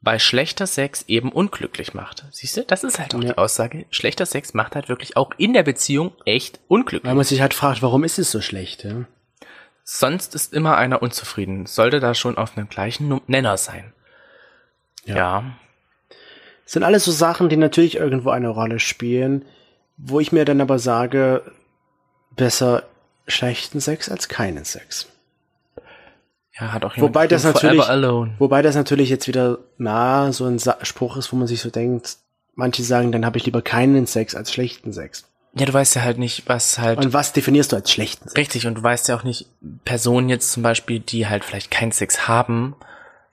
[SPEAKER 2] weil schlechter Sex eben unglücklich macht. Siehst du, das ist halt auch
[SPEAKER 1] Ja.
[SPEAKER 2] die Aussage. Schlechter Sex macht halt wirklich auch in der Beziehung echt unglücklich.
[SPEAKER 1] Weil man sich halt fragt, warum ist es so schlecht? Ja?
[SPEAKER 2] Sonst ist immer einer unzufrieden. Sollte da schon auf einem gleichen Nu- Nenner sein. Ja.
[SPEAKER 1] Ja. Das sind alles so Sachen, die natürlich irgendwo eine Rolle spielen, wo ich mir dann aber sage, besser schlechten Sex als keinen Sex.
[SPEAKER 2] Ja, hat auch jemand
[SPEAKER 1] Wobei das
[SPEAKER 2] geschrieben,
[SPEAKER 1] natürlich,
[SPEAKER 2] Forever Alone.
[SPEAKER 1] wobei das natürlich jetzt wieder na so ein Sa Spruch ist, wo man sich so denkt, manche sagen, dann habe ich lieber keinen Sex als schlechten Sex.
[SPEAKER 2] Ja, du weißt ja halt nicht, was halt.
[SPEAKER 1] Und was definierst du als schlechten Sex?
[SPEAKER 2] richtig, und du weißt ja auch nicht, Personen jetzt zum Beispiel, die halt vielleicht keinen Sex haben,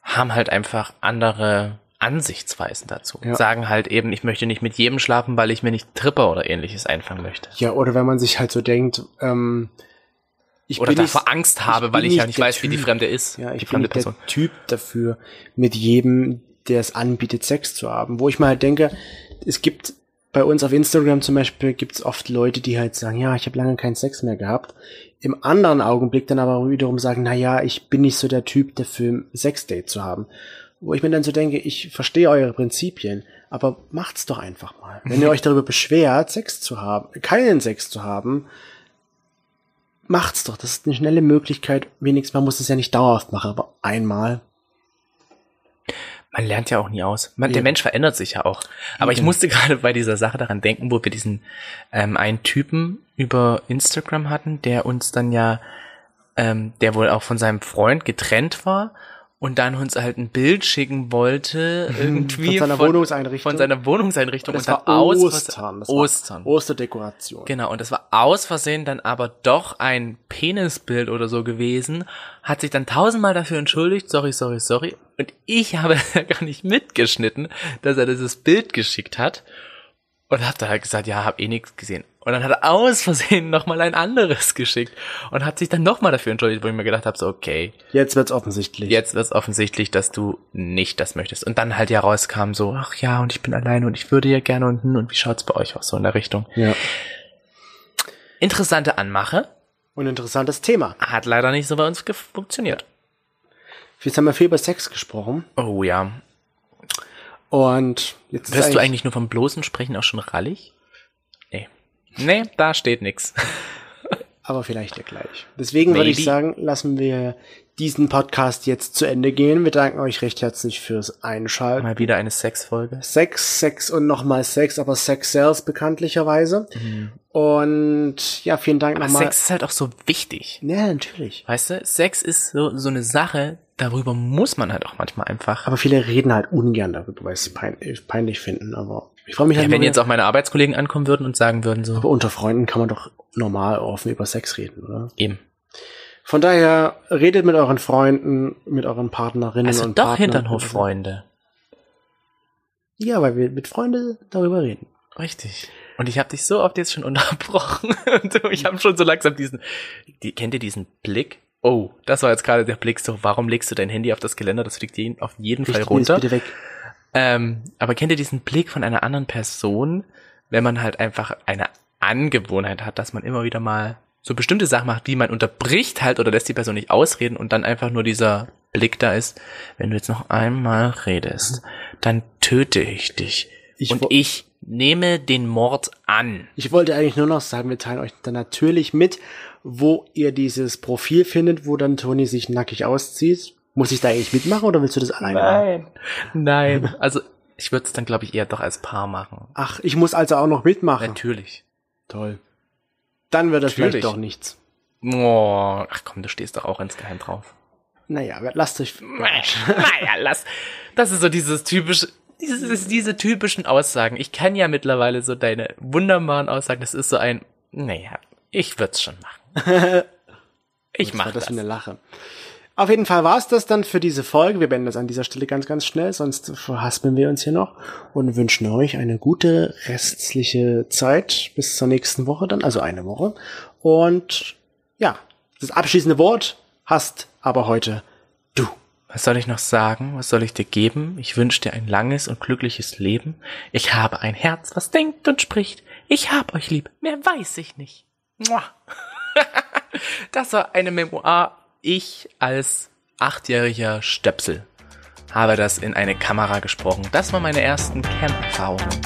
[SPEAKER 2] haben halt einfach andere Ansichtsweisen dazu.
[SPEAKER 1] Ja.
[SPEAKER 2] Sagen halt eben, ich möchte nicht mit jedem schlafen, weil ich mir nicht Tripper oder ähnliches einfangen möchte.
[SPEAKER 1] Ja, oder wenn man sich halt so denkt, ähm, ich
[SPEAKER 2] Oder
[SPEAKER 1] bin nicht,
[SPEAKER 2] davor Angst habe,
[SPEAKER 1] bin
[SPEAKER 2] weil ich ja
[SPEAKER 1] nicht
[SPEAKER 2] nicht
[SPEAKER 1] der
[SPEAKER 2] weiß, wie die
[SPEAKER 1] Typ.
[SPEAKER 2] Fremde ist.
[SPEAKER 1] ja,
[SPEAKER 2] die
[SPEAKER 1] ich bin
[SPEAKER 2] fremde
[SPEAKER 1] nicht
[SPEAKER 2] Person.
[SPEAKER 1] der Typ dafür, mit jedem, der es anbietet, Sex zu haben. Wo ich mal halt denke, es gibt bei uns auf Instagram zum Beispiel gibt's oft Leute, die halt sagen, ja, ich habe lange keinen Sex mehr gehabt. Im anderen Augenblick dann aber wiederum sagen, na ja, ich bin nicht so der Typ, der für Sexdate zu haben. Wo ich mir dann so denke, ich verstehe eure Prinzipien, aber macht's doch einfach mal. Wenn ihr euch darüber beschwert, Sex zu haben, keinen Sex zu haben, macht's doch. Das ist eine schnelle Möglichkeit. Wenigstens, man muss es ja nicht dauerhaft machen, aber einmal.
[SPEAKER 2] Man lernt ja auch nie aus. Man, Der
[SPEAKER 1] Ja.
[SPEAKER 2] Mensch verändert sich ja auch. Aber ich
[SPEAKER 1] Eben.
[SPEAKER 2] musste gerade bei dieser Sache daran denken, wo wir diesen ähm, einen Typen über Instagram hatten, der uns dann ja, ähm, der wohl auch von seinem Freund getrennt war und dann uns halt ein Bild schicken wollte
[SPEAKER 1] Mhm.
[SPEAKER 2] irgendwie
[SPEAKER 1] Von seiner Wohnungseinrichtung.
[SPEAKER 2] von seiner Wohnungseinrichtung
[SPEAKER 1] Das
[SPEAKER 2] und
[SPEAKER 1] war
[SPEAKER 2] dann aus
[SPEAKER 1] Ostern. Das war
[SPEAKER 2] Ostern.
[SPEAKER 1] Osterdekoration.
[SPEAKER 2] Genau, und das war aus Versehen dann aber doch ein Penisbild oder so gewesen, hat sich dann tausendmal dafür entschuldigt, sorry, sorry, sorry. Und ich habe gar nicht mitgeschnitten, dass er dieses Bild geschickt hat. Und hat dann halt gesagt, ja, hab eh nichts gesehen. Und dann hat er aus Versehen nochmal ein anderes geschickt und hat sich dann nochmal dafür entschuldigt, wo ich mir gedacht habe, so, okay,
[SPEAKER 1] Jetzt wird's offensichtlich.
[SPEAKER 2] jetzt wird's offensichtlich, dass du nicht das möchtest. Und dann halt ja rauskam so, ach ja, und ich bin alleine und ich würde ja gerne und, hm, und wie schaut's bei euch aus so in der Richtung?
[SPEAKER 1] Ja.
[SPEAKER 2] Interessante Anmache.
[SPEAKER 1] Und interessantes Thema.
[SPEAKER 2] Hat leider nicht so bei uns ge- funktioniert.
[SPEAKER 1] Jetzt haben wir viel über Sex gesprochen.
[SPEAKER 2] Oh ja.
[SPEAKER 1] Und jetzt
[SPEAKER 2] Wirst du eigentlich nur vom bloßen Sprechen auch schon rallig? Nee. Nee, da steht nix.
[SPEAKER 1] Aber vielleicht ja gleich. Deswegen würde ich
[SPEAKER 2] Maybe.
[SPEAKER 1] sagen, lassen wir diesen Podcast jetzt zu Ende gehen. Wir danken euch recht herzlich fürs Einschalten.
[SPEAKER 2] Mal wieder eine Sexfolge.
[SPEAKER 1] Sex, Sex und nochmal Sex, aber Sex sells bekanntlicherweise. Und ja, vielen Dank
[SPEAKER 2] Mhm. Aber
[SPEAKER 1] nochmal.
[SPEAKER 2] Sex ist halt auch so wichtig.
[SPEAKER 1] Ja, natürlich.
[SPEAKER 2] Weißt du, Sex ist so, so eine Sache, darüber muss man halt auch manchmal einfach.
[SPEAKER 1] Aber viele reden halt ungern darüber, weil sie es pein äh, peinlich finden. Aber ich freue mich
[SPEAKER 2] ja,
[SPEAKER 1] halt
[SPEAKER 2] wenn
[SPEAKER 1] immer,
[SPEAKER 2] jetzt auch meine Arbeitskollegen ankommen würden und sagen würden so,
[SPEAKER 1] aber unter Freunden kann man doch normal offen über Sex reden, oder?
[SPEAKER 2] eben.
[SPEAKER 1] Von daher, redet mit euren Freunden, mit euren Partnerinnen
[SPEAKER 2] Also
[SPEAKER 1] und
[SPEAKER 2] doch
[SPEAKER 1] Partnern.
[SPEAKER 2] Hinternhof-Freunde.
[SPEAKER 1] Ja, weil wir mit Freunden darüber reden.
[SPEAKER 2] Richtig. Und ich habe dich so oft jetzt schon unterbrochen. Und ich habe schon so langsam diesen. Die, kennt ihr diesen Blick? Oh, das war jetzt gerade der Blick so, warum legst du dein Handy auf das Geländer? Das fliegt jeden, auf jeden Fall
[SPEAKER 1] Richtet mir das
[SPEAKER 2] runter.
[SPEAKER 1] bitte weg.
[SPEAKER 2] Ähm, aber kennt ihr diesen Blick von einer anderen Person, wenn man halt einfach eine Angewohnheit hat, dass man immer wieder mal so bestimmte Sachen macht, wie man unterbricht halt oder lässt die Person nicht ausreden und dann einfach nur dieser Blick da ist, wenn du jetzt noch einmal redest, dann töte ich dich.
[SPEAKER 1] Ich
[SPEAKER 2] und
[SPEAKER 1] wo-
[SPEAKER 2] ich nehme den Mord an.
[SPEAKER 1] Ich wollte eigentlich nur noch sagen, wir teilen euch dann natürlich mit, wo ihr dieses Profil findet, wo dann Toni sich nackig auszieht. Muss ich da eigentlich mitmachen oder willst du das alleine machen?
[SPEAKER 2] Nein. Also ich würde es dann, glaube ich, eher doch als Paar machen.
[SPEAKER 1] Ach, ich muss also auch noch mitmachen.
[SPEAKER 2] Natürlich.
[SPEAKER 1] Toll. Dann wird das vielleicht
[SPEAKER 2] Natürlich.
[SPEAKER 1] doch nichts.
[SPEAKER 2] Oh, ach komm, du stehst doch auch insgeheim drauf.
[SPEAKER 1] Naja, lasst euch.
[SPEAKER 2] Naja, lass. Das ist so dieses typische. Dieses, ist diese typischen Aussagen. Ich kann ja mittlerweile so deine wunderbaren Aussagen. Das ist so ein. Naja, ich würd's schon machen. Ich
[SPEAKER 1] Was
[SPEAKER 2] mach
[SPEAKER 1] war
[SPEAKER 2] das.
[SPEAKER 1] das für eine Lache. Auf jeden Fall war's das dann für diese Folge. Wir beenden das an dieser Stelle ganz, ganz schnell, sonst verhaspeln wir uns hier noch und wünschen euch eine gute restliche Zeit bis zur nächsten Woche dann, also eine Woche. Und ja, das abschließende Wort hast aber heute du.
[SPEAKER 2] Was soll ich noch sagen? Was soll ich dir geben? Ich wünsche dir ein langes und glückliches Leben. Ich habe ein Herz, was denkt und spricht. Ich hab euch lieb. Mehr weiß ich nicht. Mua. Das war eine Memoir. Ich als achtjähriger Stöpsel habe das in eine Kamera gesprochen. Das waren meine ersten Cam-Erfahrungen.